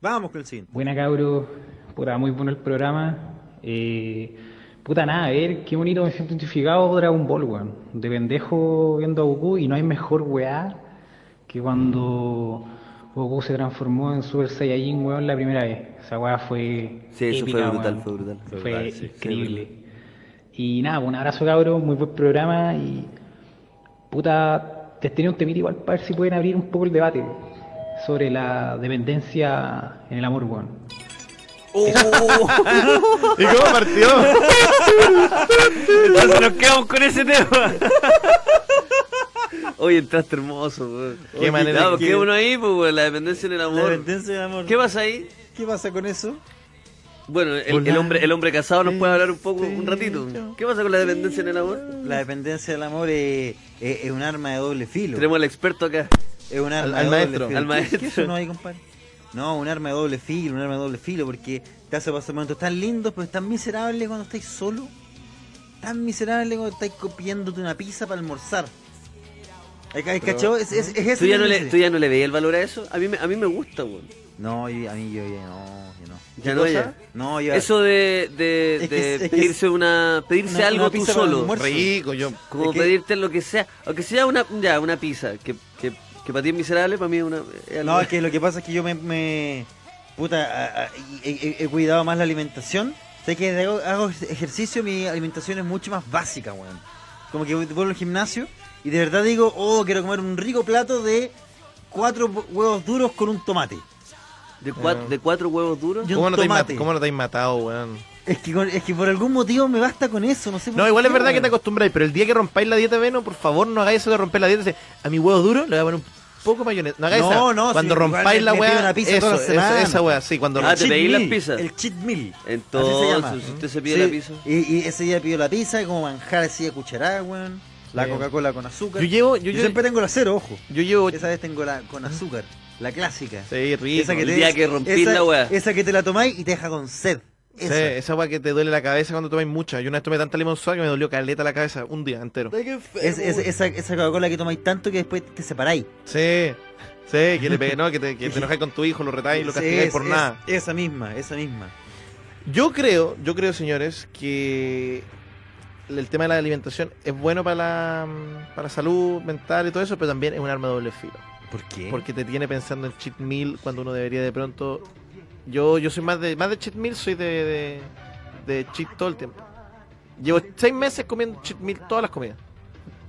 Vamos con el siguiente.
Buena cabro, puta, muy bueno el programa. Eh, puta nada, a ver, qué bonito me siento identificado con Dragon Ball, weón. De pendejo viendo a Goku y no hay mejor weá que cuando Goku se transformó en Super Saiyajin, weón, la primera vez. Esa weá fue
Sí, eso fue
épica,
brutal,
weón.
fue brutal.
Fue,
Fue brutal, sí,
increíble. y nada, pues, un abrazo cabro, muy buen programa y puta, les tenía un temita igual para ver si pueden abrir un poco el debate sobre la dependencia en el amor, weón.
¿Y cómo partió?
Entonces nos quedamos con ese tema. Oye, entraste hermoso, weón.
Qué
Oye,
manera
ya, pues,
que-
¿Qué uno ahí, pues, weón? La dependencia en el amor.
La dependencia del amor.
¿Qué pasa ahí?
¿Qué pasa con eso?
Bueno, el, el hombre, el hombre casado nos puede hablar un poco, un ratito. ¿Qué pasa con la dependencia en el amor?
La dependencia del amor es, es- es un arma de doble filo.
Tenemos al experto acá.
Es un arma
al
de doble
maestro,
filo.
al
¿Qué-
maestro.
qué eso no hay, compadre? No, un arma de doble filo, un arma de doble filo, porque te hace pasar momentos tan lindos, pero tan miserables cuando estáis solo. Tan miserable cuando estáis copiándote una pizza para almorzar. Ay, ay, ¿Cachó? Es, es, es
¿Tú
eso
ya,
que
no le,
dice.
¿Tú ya no le veías el valor a eso? A mí me, a mí me gusta, weón.
No, yo- a mí yo ya no. Yo no.
¿Ya no ya?
No, yo
Eso de, de,
Es que-
de
es que-
pedirse una pedirse
una-
algo
una
tú
pizza para el
solo.
almuerzo. Rico, yo-
Como
es que-
pedirte lo que sea. Aunque sea una, ya, una pizza, que, que, que para ti es miserable, para mí es una... es algo-
No, es que lo que pasa es que yo me. me- puta, a- a- he, he- he cuidado más la alimentación. Sé que desde hago, hago ejercicio, mi alimentación es mucho más básica, weón. Como que vuelvo al gimnasio y de verdad digo, oh, quiero comer un rico plato de cuatro hu- huevos duros con un tomate.
de, cuatro, de cuatro huevos duros.
Y un
¿Cómo no, te has ma-
tomate.
¿Cómo no te has matado, weón?
Es que, con- es que por algún motivo me basta con eso, no sé por
No, igual
qué,
es verdad que
weón.
te acostumbráis, pero el día que rompáis la dieta veno, por favor no hagáis eso de romper la dieta. Dice, A mi huevo duro le voy a poner un poco de mayonesa. No hagáis
No,
eso.
no,
Cuando
sí,
rompáis
igual
la
me pido
weá,
una pizza
eso,
toda la
eso-
semana.
esa weá, sí, cuando
Ah, te
cheat
pedí las
meal,
pizzas.
El cheat meal.
Entonces,
Así se llama.
usted se pide
Sí,
la pizza.
Y, y ese día pidió la pizza, y como manjar así de cucharada, weón. La
Sí.
Coca-Cola con azúcar.
Yo llevo- yo llevo-
siempre tengo la cero, ojo.
Yo llevo.
Esa vez tengo la con azúcar. La clásica.
Sí, rico.
Esa
el
te-
día
que rompís
esa-
la weá.
Esa que te la tomáis y te deja con sed.
Sí,
Esa.
esa weá que te duele la cabeza cuando tomáis mucha. Yo una vez tomé tanta limón suave que me dolió caleta la cabeza un día entero.
Es- es- esa, esa Coca-Cola que tomáis tanto que después te separáis.
Sí, sí, que le pegué, no, que te, que te enojáis con tu hijo, lo retáis, lo
Sí,
castigáis
es-
por
es-
nada.
Esa misma, esa misma.
Yo creo, yo creo, señores, que el tema de la alimentación es bueno para la, para la salud mental y todo eso, pero también es un arma de doble filo.
¿Por qué?
Porque te tiene pensando en cheat meal cuando uno debería de pronto... Yo yo soy más de más de cheat meal, soy de, de, de cheat todo el tiempo. Llevo seis meses comiendo cheat meal todas las comidas.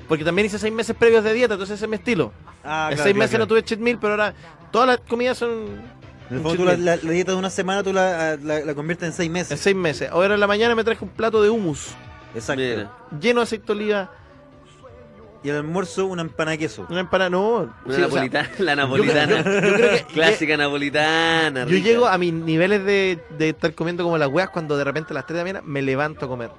Porque también hice seis meses previos de dieta, entonces ese es mi estilo.
Ah,
en
claro,
seis
claro,
meses
claro.
no tuve cheat meal, pero ahora todas las comidas son...
En el
un
fondo,
cheat
tú la,
meal.
la- la dieta de una semana tú la, ah, la, la conviertes en seis meses.
En seis meses. Ahora en la mañana me traje un plato de hummus
Exacto.
Mira.
lleno de aceite de oliva,
Y al almuerzo, una empanada de queso.
una empanada, no.
Una
sí, o sea,
napolitana, la napolitana. Clásica napolitana.
yo
rica.
llego a mis niveles de, de estar comiendo como las weas cuando de repente a las 3 de la mañana me levanto a comer.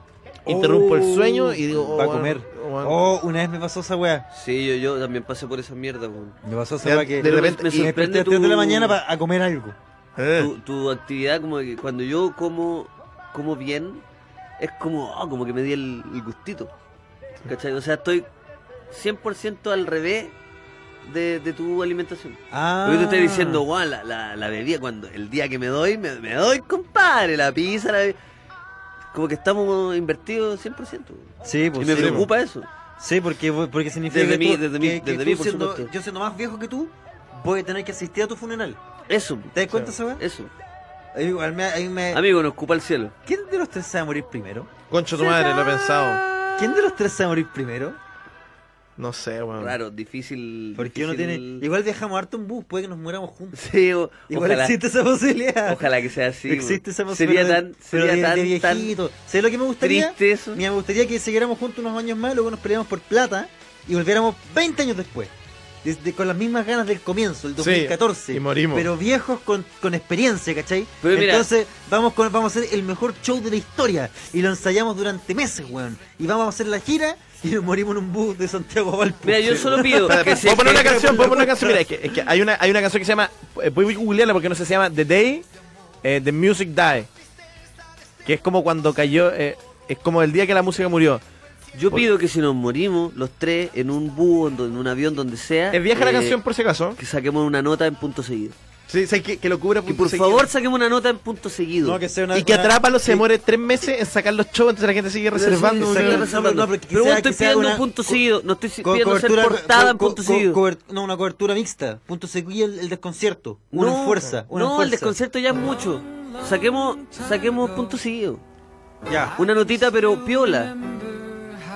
Interrumpo el
Oh,
sueño y digo, oh,
Va a
bueno,
comer.
oh, bueno.
Oh, una vez me pasó esa weá.
Sí, yo, yo también pasé por esa mierda, weón.
Me pasó esa
Ya,
weá que.
de
me-
repente-
Me
y-
sorprendí a las 3 de la mañana pa- a comer algo.
Eh,
tu, tu actividad como que cuando yo como como bien es como, ah, como que me di el, el gustito. ¿Cachai? O sea, estoy 100% al revés de, de tu alimentación.
Ah.
Porque tú estás diciendo, guau, la, la, la bebida, cuando, el día que me doy, me, me doy, compadre, la pizza, la be-". Como que estamos invertidos 100%.
Sí, pues
y me
sí,
preocupa
pues.
eso.
Sí, porque, porque significa
Desde
que
mí,
tú-
desde mí,
que- que
desde
tú
mí, por
siendo-
supuesto.
Yo siendo más viejo que tú, voy a tener que asistir a tu funeral.
Eso.
¿Te Eh. das cuenta, esa
Claro.
weá?
Eso.
Ahí igual me- ahí me-
Amigo, nos ocupa el cielo.
¿Quién de los tres se va a morir primero?
Concho tu madre, lo he pensado.
¿Quién de los tres se va a morir primero?
No sé, weón.
Claro, difícil.
Ah. Porque uno tiene.
difícil-
Igual viajamos harto en bus, puede que nos muramos juntos.
Sí, o-
Igual
ojalá-
existe esa posibilidad.
Ojalá que sea así.
existe
weón.
esa posibilidad.
Sería tan,
pero
sería
de- de
tan, tan-
viejito. ¿Sabes lo que me gustaría?
triste eso.
Mira, me gustaría que siguiéramos juntos unos años más, luego nos peleamos por plata y volviéramos 20 años después. Desde, con las mismas ganas del comienzo, el
Sí,
2014.
y morimos.
Pero viejos con, con experiencia, ¿cachai?
Pero mira-
Entonces vamos con, vamos a hacer el mejor show de la historia. Y lo ensayamos durante meses, weón. Y vamos a hacer la gira y nos morimos en un bus de Santiago a Valpo.
Mira, yo solo pido
Espera,
que
espera,
si
Voy a poner
es
una
que-
canción, voy a poner una canción. Mira, es que, es que hay, una, hay una canción que se llama. eh, Voy a googlearla porque no sé, se llama The Day eh, The Music Die. Que es como cuando cayó. eh, es como el día que la música murió.
Yo pido que si nos morimos los tres en un búho, en, do- en un avión, donde sea.
Es vieja la
eh,
canción por si acaso.
Que saquemos una nota en punto seguido.
Sí, sí, que, que lo cubra
Que por favor saquemos una nota en punto seguido.
No, que sea una-
Y que
una-
Atrápalo se demore tres meses en sacar los shows, entonces la gente sigue reservando.
sí,
una-
sí, sí, no, pero que
Pero
sea-
bueno, estoy
que sea
pidiendo
una-
un punto
co-
seguido. No estoy si-
Co-
pidiendo ser
cobertura-
portada en
co-
punto
co-
seguido.
cober- no, una cobertura mixta. Punto seguido el, el desconcierto. Una
no,
en fuerza. Una en
no, el
fuerza.
desconcierto ya es mucho. Saquemos, saquemos punto seguido.
Ya.
Una notita, pero piola.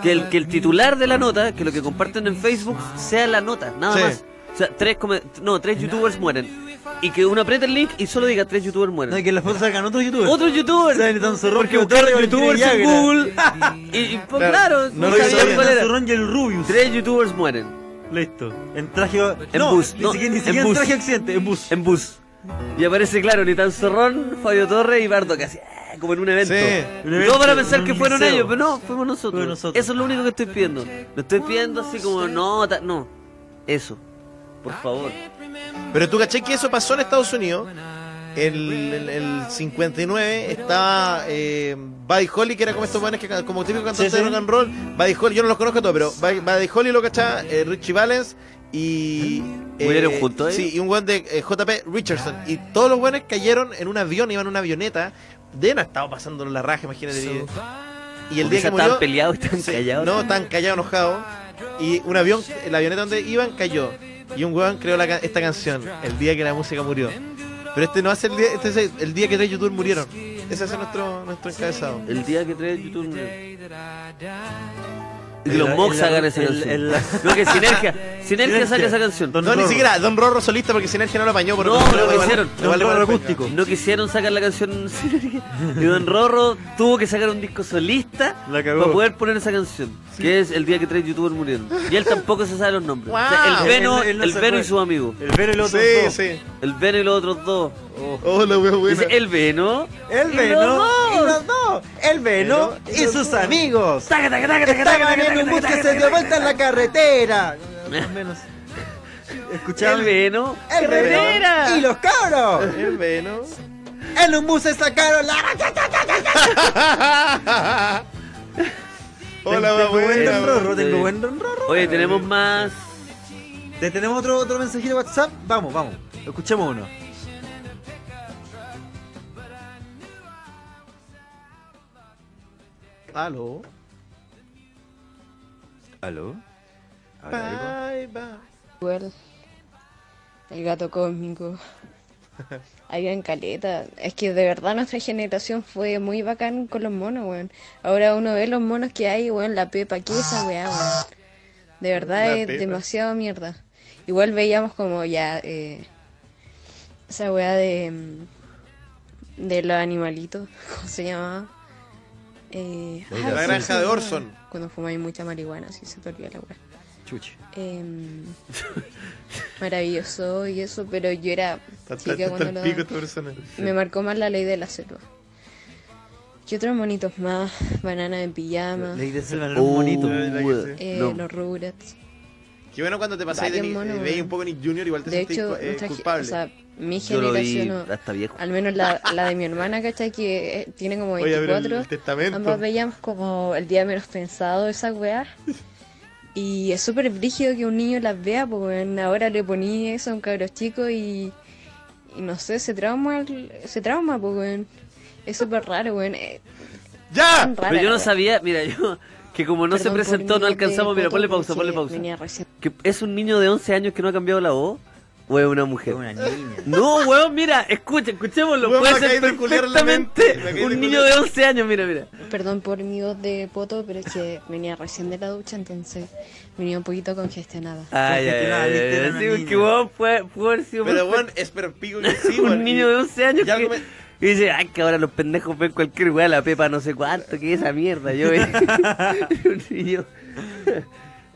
Que el, que el titular de la nota, que lo que comparten en Facebook, sea la nota, nada
Sí.
más. O sea, tres, come- no, tres youtubers mueren. Y que uno apriete el link y solo diga tres youtubers mueren.
No, y que en la foto salgan otros youtubers.
Otro youtuber.
Salen tan zorrón
Porque
que
buscaron
Otero, el
youtubers en
Viagra.
Google. y, y, pues, claro,
No
no
lo
sabían
hizo
cuál
bien.
era.
Zorrón y el Rubius.
Tres youtubers mueren.
Listo. En traje.
En
no,
bus.
Ni
no,
siquiera, ni
en
siquiera en,
bus.
traje accidente. En bus.
En bus. Y aparece, claro, ni tan Zorrón, Fabio Torres y Bardo, casi como en un evento.
Sí.
Y
Un evento,
Todo para
en
pensar
un
que fueron
liceo.
ellos, pero no, fuimos nosotros.
Fuimos nosotros.
Eso es lo único que estoy pidiendo. No estoy pidiendo así como nota, no. Eso. Por favor.
Pero tú caché que eso pasó en Estados Unidos. El, el, el 59 estaba eh, Buddy Holly, que era como estos buenos que ca- como típico cantante
Sí, sí.
de rock and roll. Buddy Holly, yo no los conozco a todos, pero Buddy, Buddy Holly lo cachá, eh, Richie Valens y. eh,
¿Murieron juntos, eh?
Sí, y un buen de eh, JP Richardson. Y todos los buenos cayeron en un avión, iban en una avioneta. Deben haber estado pasándolo la raja, imagínate. Y el
Porque
día
ya
que
estaban
murió,
peleados y estaban
Sí,
callados.
No, tan callado, enojado. Y un avión, el avioneta donde iban cayó. Y un weón creó la ca- esta canción, El día que la música murió. Pero este no hace el día, este es el- el día que tres youtubers murieron. Ese es nuestro, nuestro encabezado.
El día que trae YouTube. murió. Y que
En
los
la-
Mox
en la-
hagan esa
en-
canción.
en la-
No, que Sinergia. Sinergia saque esa canción.
No, ni siquiera Don Rorro solista porque Sinergia no lo apañó. pero
No,
Don
no
Rorro
lo
igual-
hicieron.
igual le
Don Rorro
pone
acústico.
No quisieron sacar la canción Sinergia. Y Don Rorro tuvo que sacar un disco solista
La cagó.
para poder poner esa canción. Que es el día que tres youtubers murieron. Y él tampoco se sabe los nombres. O sea,
Wow.
el Veno,
Él- él no
el
se
Veno
fue.
y sus amigos.
El vero y el otro.
Sí,
dos.
sí.
El Veno y los otros dos.
Oh, la wea buena.
Dice el Veno.
El
y
Veno.
los
y
dos.
los dos. El Veno y sus amigos.
Taca, taca, taca, taca, taca,
Estaban
taca,
en un
taca,
bus que
taca, taca,
se dio vuelta en la carretera. Más o menos.
El
Escuchaban.
Veno.
El Veno. Y los cabros.
El Veno.
En un bus se sacaron la.
Hola, wea
Tengo buen
buena.
Don Rorro,
Sí.
tengo buen Don Rorro.
Oye, tenemos más.
¿Te tenemos otro, otro mensajito de WhatsApp? Vamos, vamos. Escuchemos uno.
Aló.
¿Aló?
Bye, bye.
Well, el gato cósmico. Allá en Caleta. Es que de verdad nuestra generación fue muy bacán con los monos, weón. Ahora uno ve los monos que hay, weón, la Pepa, ¿qué es esa weá, weón? De verdad
La
es
Pepa.
demasiado mierda. Igual veíamos como ya eh, esa weá de, mm, de los animalitos, ¿cómo se llamaba? Eh,
La
ay,
granja
sí,
de
weón.
Orson.
Cuando fumáis mucha marihuana, si se te olvida la weá.
Chuche.
Em, maravilloso y eso, pero yo era
Está- está-
chica
está
cuando
el
lo-
pico esta persona.
me marcó más la ley de la selva. ¿Qué otros monitos más? Banana en pijama,
Ley de Selva era un bonito.
Uh,
eh,
no.
los Rugrats.
Qué bueno cuando te pasáis de
Varios
Nick-
monos,
eh,
weón.
veis un poco Nick Jr. igual te
De
sentís
hecho,
eh,
nuestra ge-
culpable.
o sea, mi
Yo lo vi
generación, o-
hasta viejo.
al menos la, la de mi hermana, ¿cachai? Que eh, tiene como
Oye, a ver, el
24.
testamento.
ambas veíamos como el día menos pensado esas weas. Y es súper brígido que un niño las vea, porque ahora le poní eso a un cabro chico y, y no sé, se trauma, el- se trauma, porque es súper raro, weón. eh,
¡Ya!
Pero yo no sabía, mira, yo que como no se
Perdón por
presentó, no
mi
alcanzamos. Mira,
devoto,
ponle pausa,
porque
ponle pausa.
venía recién.
Que ¿Es un niño de 11 años que no ha cambiado la voz? ¿O es una mujer?
Una niña.
No, weón, mira, escucha, escuchémoslo.
Weón, me
Puede ser
acabáis de culiar la mente,
perfectamente
me acabáis de
un niño de
culiar.
11 años, mira, mira.
Perdón por mi voz de poto, pero es que venía recién de la ducha, entonces venía un poquito congestionada.
Ay, ay, ay, ay,
era una
sí,
niña.
que weón fue, pudo haber sido
Pero
perfecto.
bueno, es pero pico que sí,
un
weón.
niño de 11 años
Ya
que-
come-
y dice, ay, que ahora los pendejos ven cualquier weá, la pepa no sé cuánto, que esa mierda, yo un niño.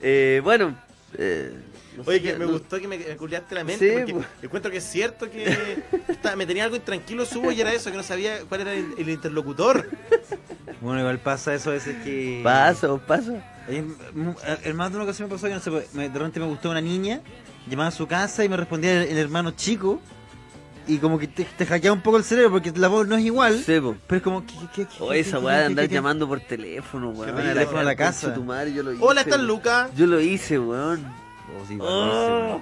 Eh, bueno, eh, no
Oye,
sé,
que me
no-
gustó que me, me culiaste la
Sí,
mente.
pues.
porque encuentro que es cierto que está- me tenía algo intranquilo, subo y era eso, que no sabía cuál era el, el interlocutor.
Bueno, igual pasa eso a veces que.
Paso, paso.
En, en eh, más de una ocasión me pasó que no sé, pues, me- de repente me gustó una niña, llamaba a su casa y me respondía el, el hermano chico. Y como que te, te hackea un poco el cerebro porque la voz no es igual. Pero es como. ¿qué, qué, qué, qué,
O Oh, esa
qué,
weá de
qué,
andar
qué, qué?
llamando por teléfono, weón.
ridículo,
Al-
a la
al
casa.
conche tu madre, yo lo hice,
Hola, ¿estás
weón.
Luca?
Yo lo hice, weón. Oh.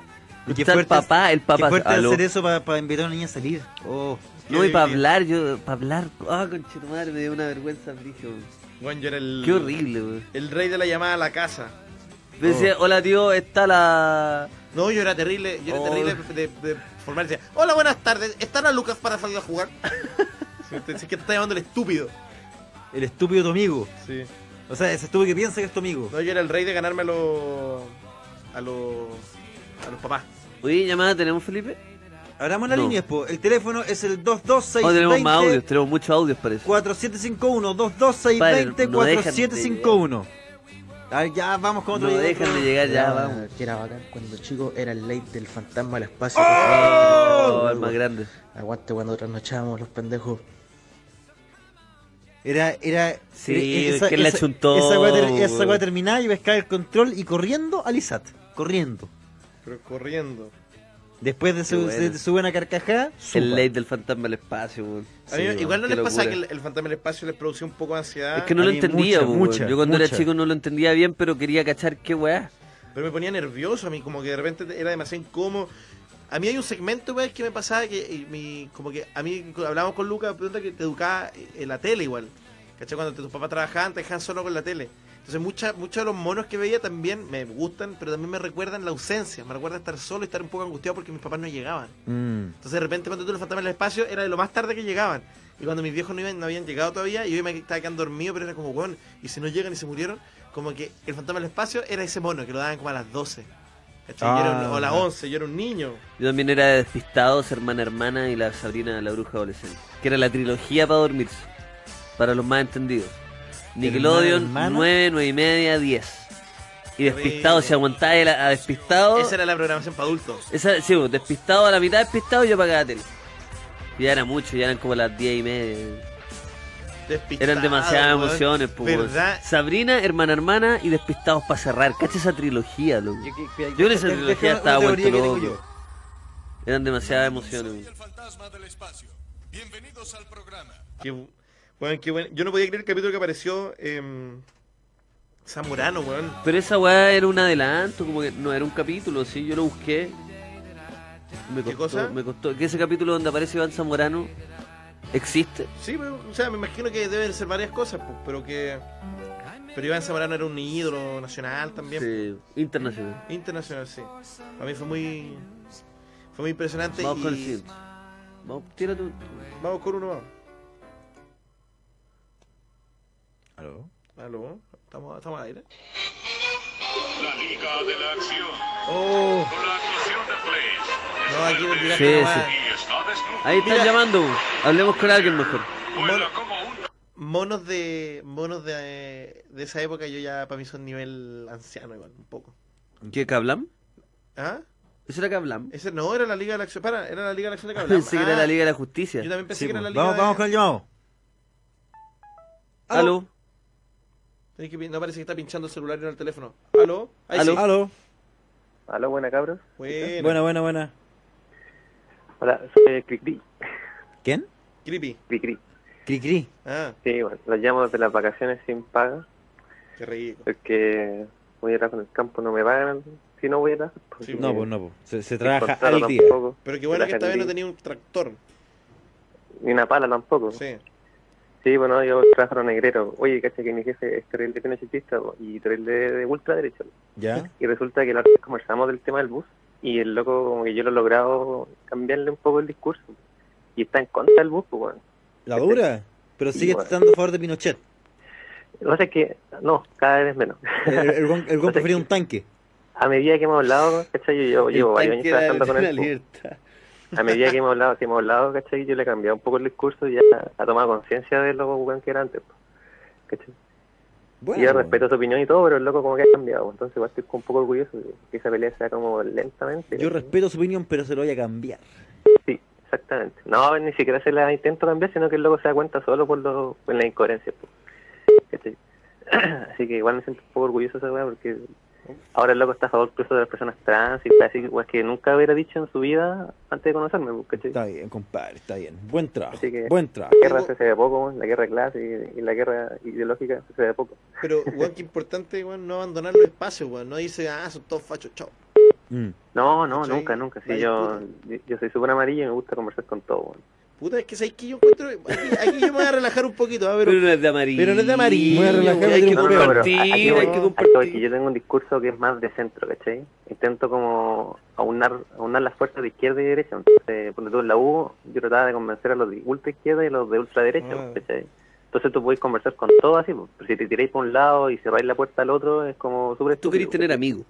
Y
Está el papá, el papá.
Qué fuerte
aló.
hacer eso para invitar a una niña a salir. Oh,
No, y para hablar, yo, para hablar. Ah, conche tu madre, me dio una vergüenza, brígido, weón.
Bueno, yo era el.
Qué horrible, weón.
El rey de la llamada a la casa.
Me decía, hola tío, está la.
No, yo era terrible, yo era
Oh.
terrible de, de formar y decía, hola, buenas tardes, ¿estará Lucas para salir a jugar? Si te- si es que te está llamando el estúpido.
El estúpido tu amigo.
Sí.
O sea, ese estúpido que piensa que es tu amigo.
No, yo era el rey de ganarme a los... a los... a los papás.
Oye, llamada, ¿tenemos Felipe?
Abramos la
No.
línea, po. El teléfono es el
No, tenemos más audios,
22620
tenemos muchos audios, parece.
4751
Padre,
22620
no dejan de-
4751. A ver, Ah, ya vamos con otro.
No
video.
dejan de llegar, ya,
Era-
vamos.
Que era bacán cuando chico, era el late del fantasma del espacio.
Oh, el más grande.
Aguante cuando trasnochábamos los pendejos.
Era, era.
Sí,
era-
es que la chuntó,
Esa weá ter- esa
weón.
weá terminada y ves caer el control y corriendo al ISAT. Corriendo.
Pero corriendo.
Después de su,
Qué bueno.
de su buena carcajada, suba.
El ley del fantasma del espacio, weón.
A mí,
Sí, weón,
igual no
qué
les pasaba que
locura.
el, el fantasma del espacio les producía un poco de ansiedad.
Es que no lo entendía, weón. Yo cuando era
mucha.
chico no lo entendía bien, pero quería cachar qué weá.
Pero me ponía nervioso a mí, como que de repente era demasiado incómodo. A mí hay un segmento, weón, que me pasaba que eh, mi, como que a mí cu- hablábamos con Lucas, pregunta que te educaba eh, en la tele igual. ¿Cachai? Cuando te- tus papás trabajaban, te dejaban solo con la tele. Entonces mucha- muchos de los monos que veía también me gustan, pero también me recuerdan la ausencia. Me recuerda estar solo y estar un poco angustiado porque mis papás no llegaban.
Mm.
Entonces de repente cuando tú los fantasmas del espacio era de lo más tarde que llegaban. Y cuando mis viejos no, iban, no habían llegado todavía, y yo me estaba quedando dormido, pero era como, weón, y si no llegan y se murieron, como que el fantasma del espacio era ese mono, que lo daban como a las 12. ¿Cachai? Yo era un-
Ah.
o a las 11, yo era un niño.
Yo también era de Despistados, Hermana Hermana y la Sabrina la Bruja Adolescente. Que era la trilogía para dormirse. Para los más entendidos. Nickelodeon,
Hermana, hermana.
9, 9 y media, 10. Y Despistados, si aguantaba el- a Despistados.
Esa era la programación para adultos.
Esa, sí, pues, despistado a la mitad despistado yo apagaba la tele. Y Ya era mucho, ya eran como las 10 y media.
Despistado,
Eran demasiadas
weón.
emociones, pues.
¿Verdad?
Sabrina, hermana, hermana y despistados para cerrar. Cacha esa trilogía, loco. Yo,
que-
en esa
que- que-
trilogía
una
estaba
teoría
vuelto
que tengo
loco. Eran demasiadas emociones. weón.
Qué, bu- weón, qué buen- Yo no podía creer el capítulo que apareció em, Zamorano, weón.
Pero esa weá era un adelanto, como que no era un capítulo, sí, yo lo busqué. Me costó,
¿Qué cosa?
Me costó. Que ese capítulo donde aparece Iván Zamorano existe.
Sí, pero, o sea, me imagino que deben ser varias cosas, pues, pero que... Pero Iván Zamorano era un ídolo nacional también.
Sí, eh, internacional.
Internacional, sí. Para mí fue muy. Fue muy impresionante.
Vamos
y-
con el siguiente. Vamos, tira tu.
Vamos con uno más.
¿Aló?
¿Aló? ¿Estamos, estamos al aire?
La Liga de la Acción.
Oh.
Con la actuación de Blaze.
No, aquí me
Sí,
tiraste nomás.
sí. Ahí están
Mira.
llamando. weón. Hablemos con alguien mejor.
Monos de. Monos de, de esa época, yo ya para mí son nivel anciano, igual, un poco.
¿Qué Kablam?
¿Ah?
¿Eso era Kablam?
Ese no era la Liga de la Acción. Para, era la Liga de la Acción de que hablamos.
Pensé que era
Ah,
la Liga de la Justicia.
Yo también pensé
Sí, pues.
que era
po.
la Liga
Vamos,
de-
vamos con el llamado.
Aló.
Tenés que pin- No parece que está pinchando el celular y no el teléfono. ¿Aló? Ahí
Aló.
sí.
Aló.
Aló, buena cabros.
Buena, buena, buena.
Hola, soy Cricri.
¿Quién?
Creepy. Cricri.
Cricri.
Ah. Sí, bueno, los llamo desde las vacaciones sin paga.
Qué rico.
Porque voy a trabajar en el campo, no me pagan. Si no voy a trabajar. porque
No, pues no, pues. Se, se trabaja
contrato
al día.
tampoco,
Pero que bueno que esta vez no
ni-
tenía un tractor.
Ni una pala tampoco.
Sí.
Sí, bueno, yo trabajo en un negrero. Oye, caché que mi jefe es terrible pinochetista po, y terrible de, de ultraderecha.
¿Ya?
Y resulta que la otra vez conversamos del tema del bus y el loco como que yo lo he logrado cambiarle un poco el discurso. Y está en contra del bus, pues, bueno.
La dura. Pero sigue
bueno.
estando a favor de Pinochet.
Lo que pasa es que, no, cada vez menos.
El, el, guan- el guan prefería un tanque.
A medida que hemos hablado, ¿cachai? Yo llevo,
El
llevo varios años
tanque de la-
trabajando con
de la
él. po.
libertad.
A medida que hemos hablado, que hemos hablado, ¿cachai? Yo le he cambiado un poco el discurso y ya ha tomado conciencia de lo buen que era antes. po. ¿Cachai?
Bueno,
y yo
bueno.
respeto su opinión y todo, pero el loco como que ha cambiado. po. Entonces, igual estoy un poco orgulloso de que esa pelea sea como lentamente.
Yo respeto su opinión, pero se lo voy a cambiar.
Exactamente. No, ni siquiera se la intento cambiar, sino que el loco se da cuenta solo por, lo, por la incoherencia. po. ¿Cachai? Así que igual me siento un poco orgulloso de esa weá porque ahora el loco está a favor incluso de las personas trans y está así, weas que nunca hubiera dicho en su vida antes de conocerme. po, ¿cachai?
Está bien, compadre, está bien. Buen trabajo.
Así que
Buen
la
trabajo.
guerra se hace de poco, weón, la guerra de clase y, y la guerra ideológica se hace de poco.
Pero, weón, qué importante, weón, no abandonar los espacios, weón. No dice, ah, son todos fachos, chao.
No, no,
¿Cachai?
nunca, nunca. Sí,
La
yo, yo soy súper amarillo y me gusta conversar con todo. weón.
Puta, es que sabéis que yo encuentro. Aquí, aquí yo me voy a relajar un poquito, a ver.
Pero no es de amarillo.
Pero no es de amarillo.
Voy a relajarme
weón, hay que
No, no, pero
compartir,
a- aquí
hay
voy,
que
aquí voy,
compartir.
que yo tengo un discurso que es más de centro, ¿cachai? Intento como aunar, aunar las fuerzas de izquierda y derecha. Entonces, ponte tú en la U, yo trataba de convencer a los de ultra izquierda y a los de ultra derecha,
Ah.
¿cachai? Entonces tú podés conversar con todo así, pues. pero si te tiráis por un lado y cerráis la puerta al otro, es como súper
Tú querés tener amigos.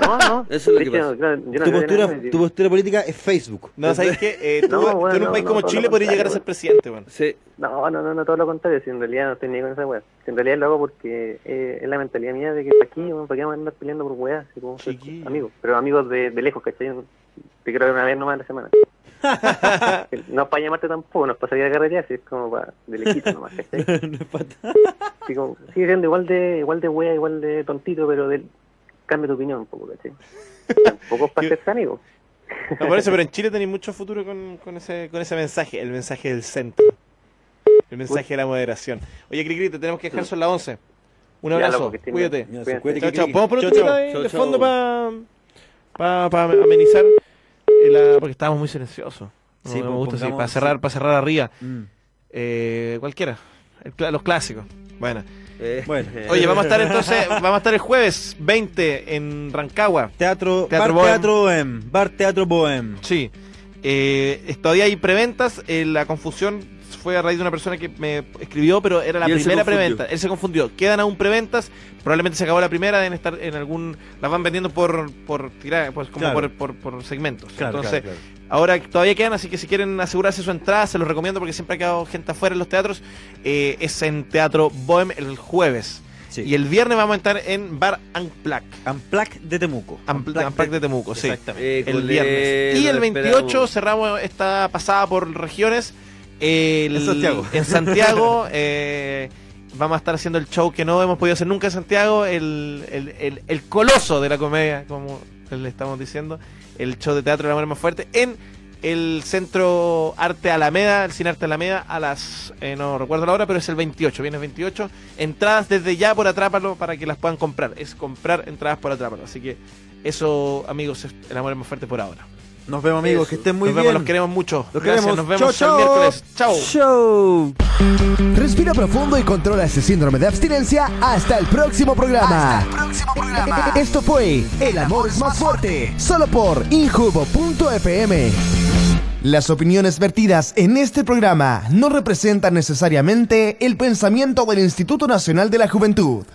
No, no.
Eso es lo que
De hecho,
pasa.
claro, yo
Tu
no creo que
postura,
nadie-
tu postura política es Facebook.
No, ¿sabes qué? Eh, tú,
No,
tú
bueno,
en un
no,
país
no,
como
todo
Chile
lo
podrías llegar a ser
contrario,
presidente, weón.
Sí.
No, no, no, no, todo lo contrario, si en realidad no estoy ni con esa weá. Si en realidad lo hago porque eh, es la mentalidad mía de que para aquí, bueno, para qué vamos a andar peleando por weá, así como ser amigos, pero amigos de, de lejos, ¿cachai? Te quiero ver una vez nomás a la semana. no es para llamarte tampoco, no es para salir a carretear, si es como para de lejito nomás, ¿cachai? Así como, sigue siendo igual de, igual de weá, igual de tontito, pero del cambia tu opinión un poco, ¿cachai? Tampoco es para hacerse amigos.
No, por eso, pero en Chile tenéis mucho futuro con, con, ese, con ese mensaje, el mensaje del centro. El mensaje de la moderación. Oye, Cricri, te tenemos que dejar son las 11. Un
Ya,
abrazo,
loco, que estén bien.
cuídate.
Ya, sí, cuídate,
Chao, chao.
Cricri.
Vamos por
Chao,
otro tema
chao.
de-
Chao,
de
chao.
fondo para amenizar eh, la- porque estábamos muy silenciosos. No,
Sí,
no me
pues,
gusta, sí,
pongamos-
para cerrar, para cerrar arriba.
Mm.
Eh, cualquiera, El cla- los clásicos. Bueno.
Bueno.
Eh.
Oye, vamos a estar entonces, vamos a estar el jueves 20 en Rancagua.
Teatro,
Teatro
Bar
Bohem.
Teatro Bohem. Bar Teatro Bohem.
Sí. Eh, es- todavía hay preventas. eh, la confusión fue a raíz de una persona que me escribió, pero era la
Y él se
primera
confundió.
preventa. Él se confundió. Quedan aún preventas. Probablemente se acabó la primera. Deben estar en algún. Las van vendiendo por por tirar, pues como
Claro.
por, por, por segmentos.
Claro,
Entonces,
claro,
ahora todavía quedan. Así que si quieren asegurarse su entrada, se los recomiendo porque siempre ha quedado gente afuera en los teatros. Eh, es en Teatro Bohem el jueves. Y el viernes vamos a estar en Bar Unplugged.
Amplac de Temuco.
Ampl- Amplac de Temuco, sí.
Exactamente. Eh,
el
culero,
viernes. Y
lo
el 28
esperamos.
cerramos esta pasada por regiones. El-
En Santiago.
en Santiago, eh, vamos a estar haciendo el show que no hemos podido hacer nunca en Santiago. El, el- el- el coloso de la comedia, como le estamos diciendo. El show de teatro de la mujer más fuerte. En el Centro Arte Alameda, el Cine Arte Alameda, a las. eh, no recuerdo la hora, pero es el 28, viernes 28. Entradas desde ya por Atrápalo para que las puedan comprar. Es comprar entradas por Atrápalo. Así que eso, amigos, es el amor es más fuerte por ahora.
Nos vemos, amigos.
Eso.
Que estén muy
Nos
bien.
Vemos, los queremos mucho.
Los
Gracias,
queremos.
Nos vemos
Chao,
el
chao.
miércoles. Chao.
Show. Respira profundo y controla ese síndrome de abstinencia hasta el próximo programa. E-, Esto fue El amor es más fuerte, solo por injubo.fm. Las opiniones vertidas en este programa no representan necesariamente el pensamiento del Instituto Nacional de la Juventud.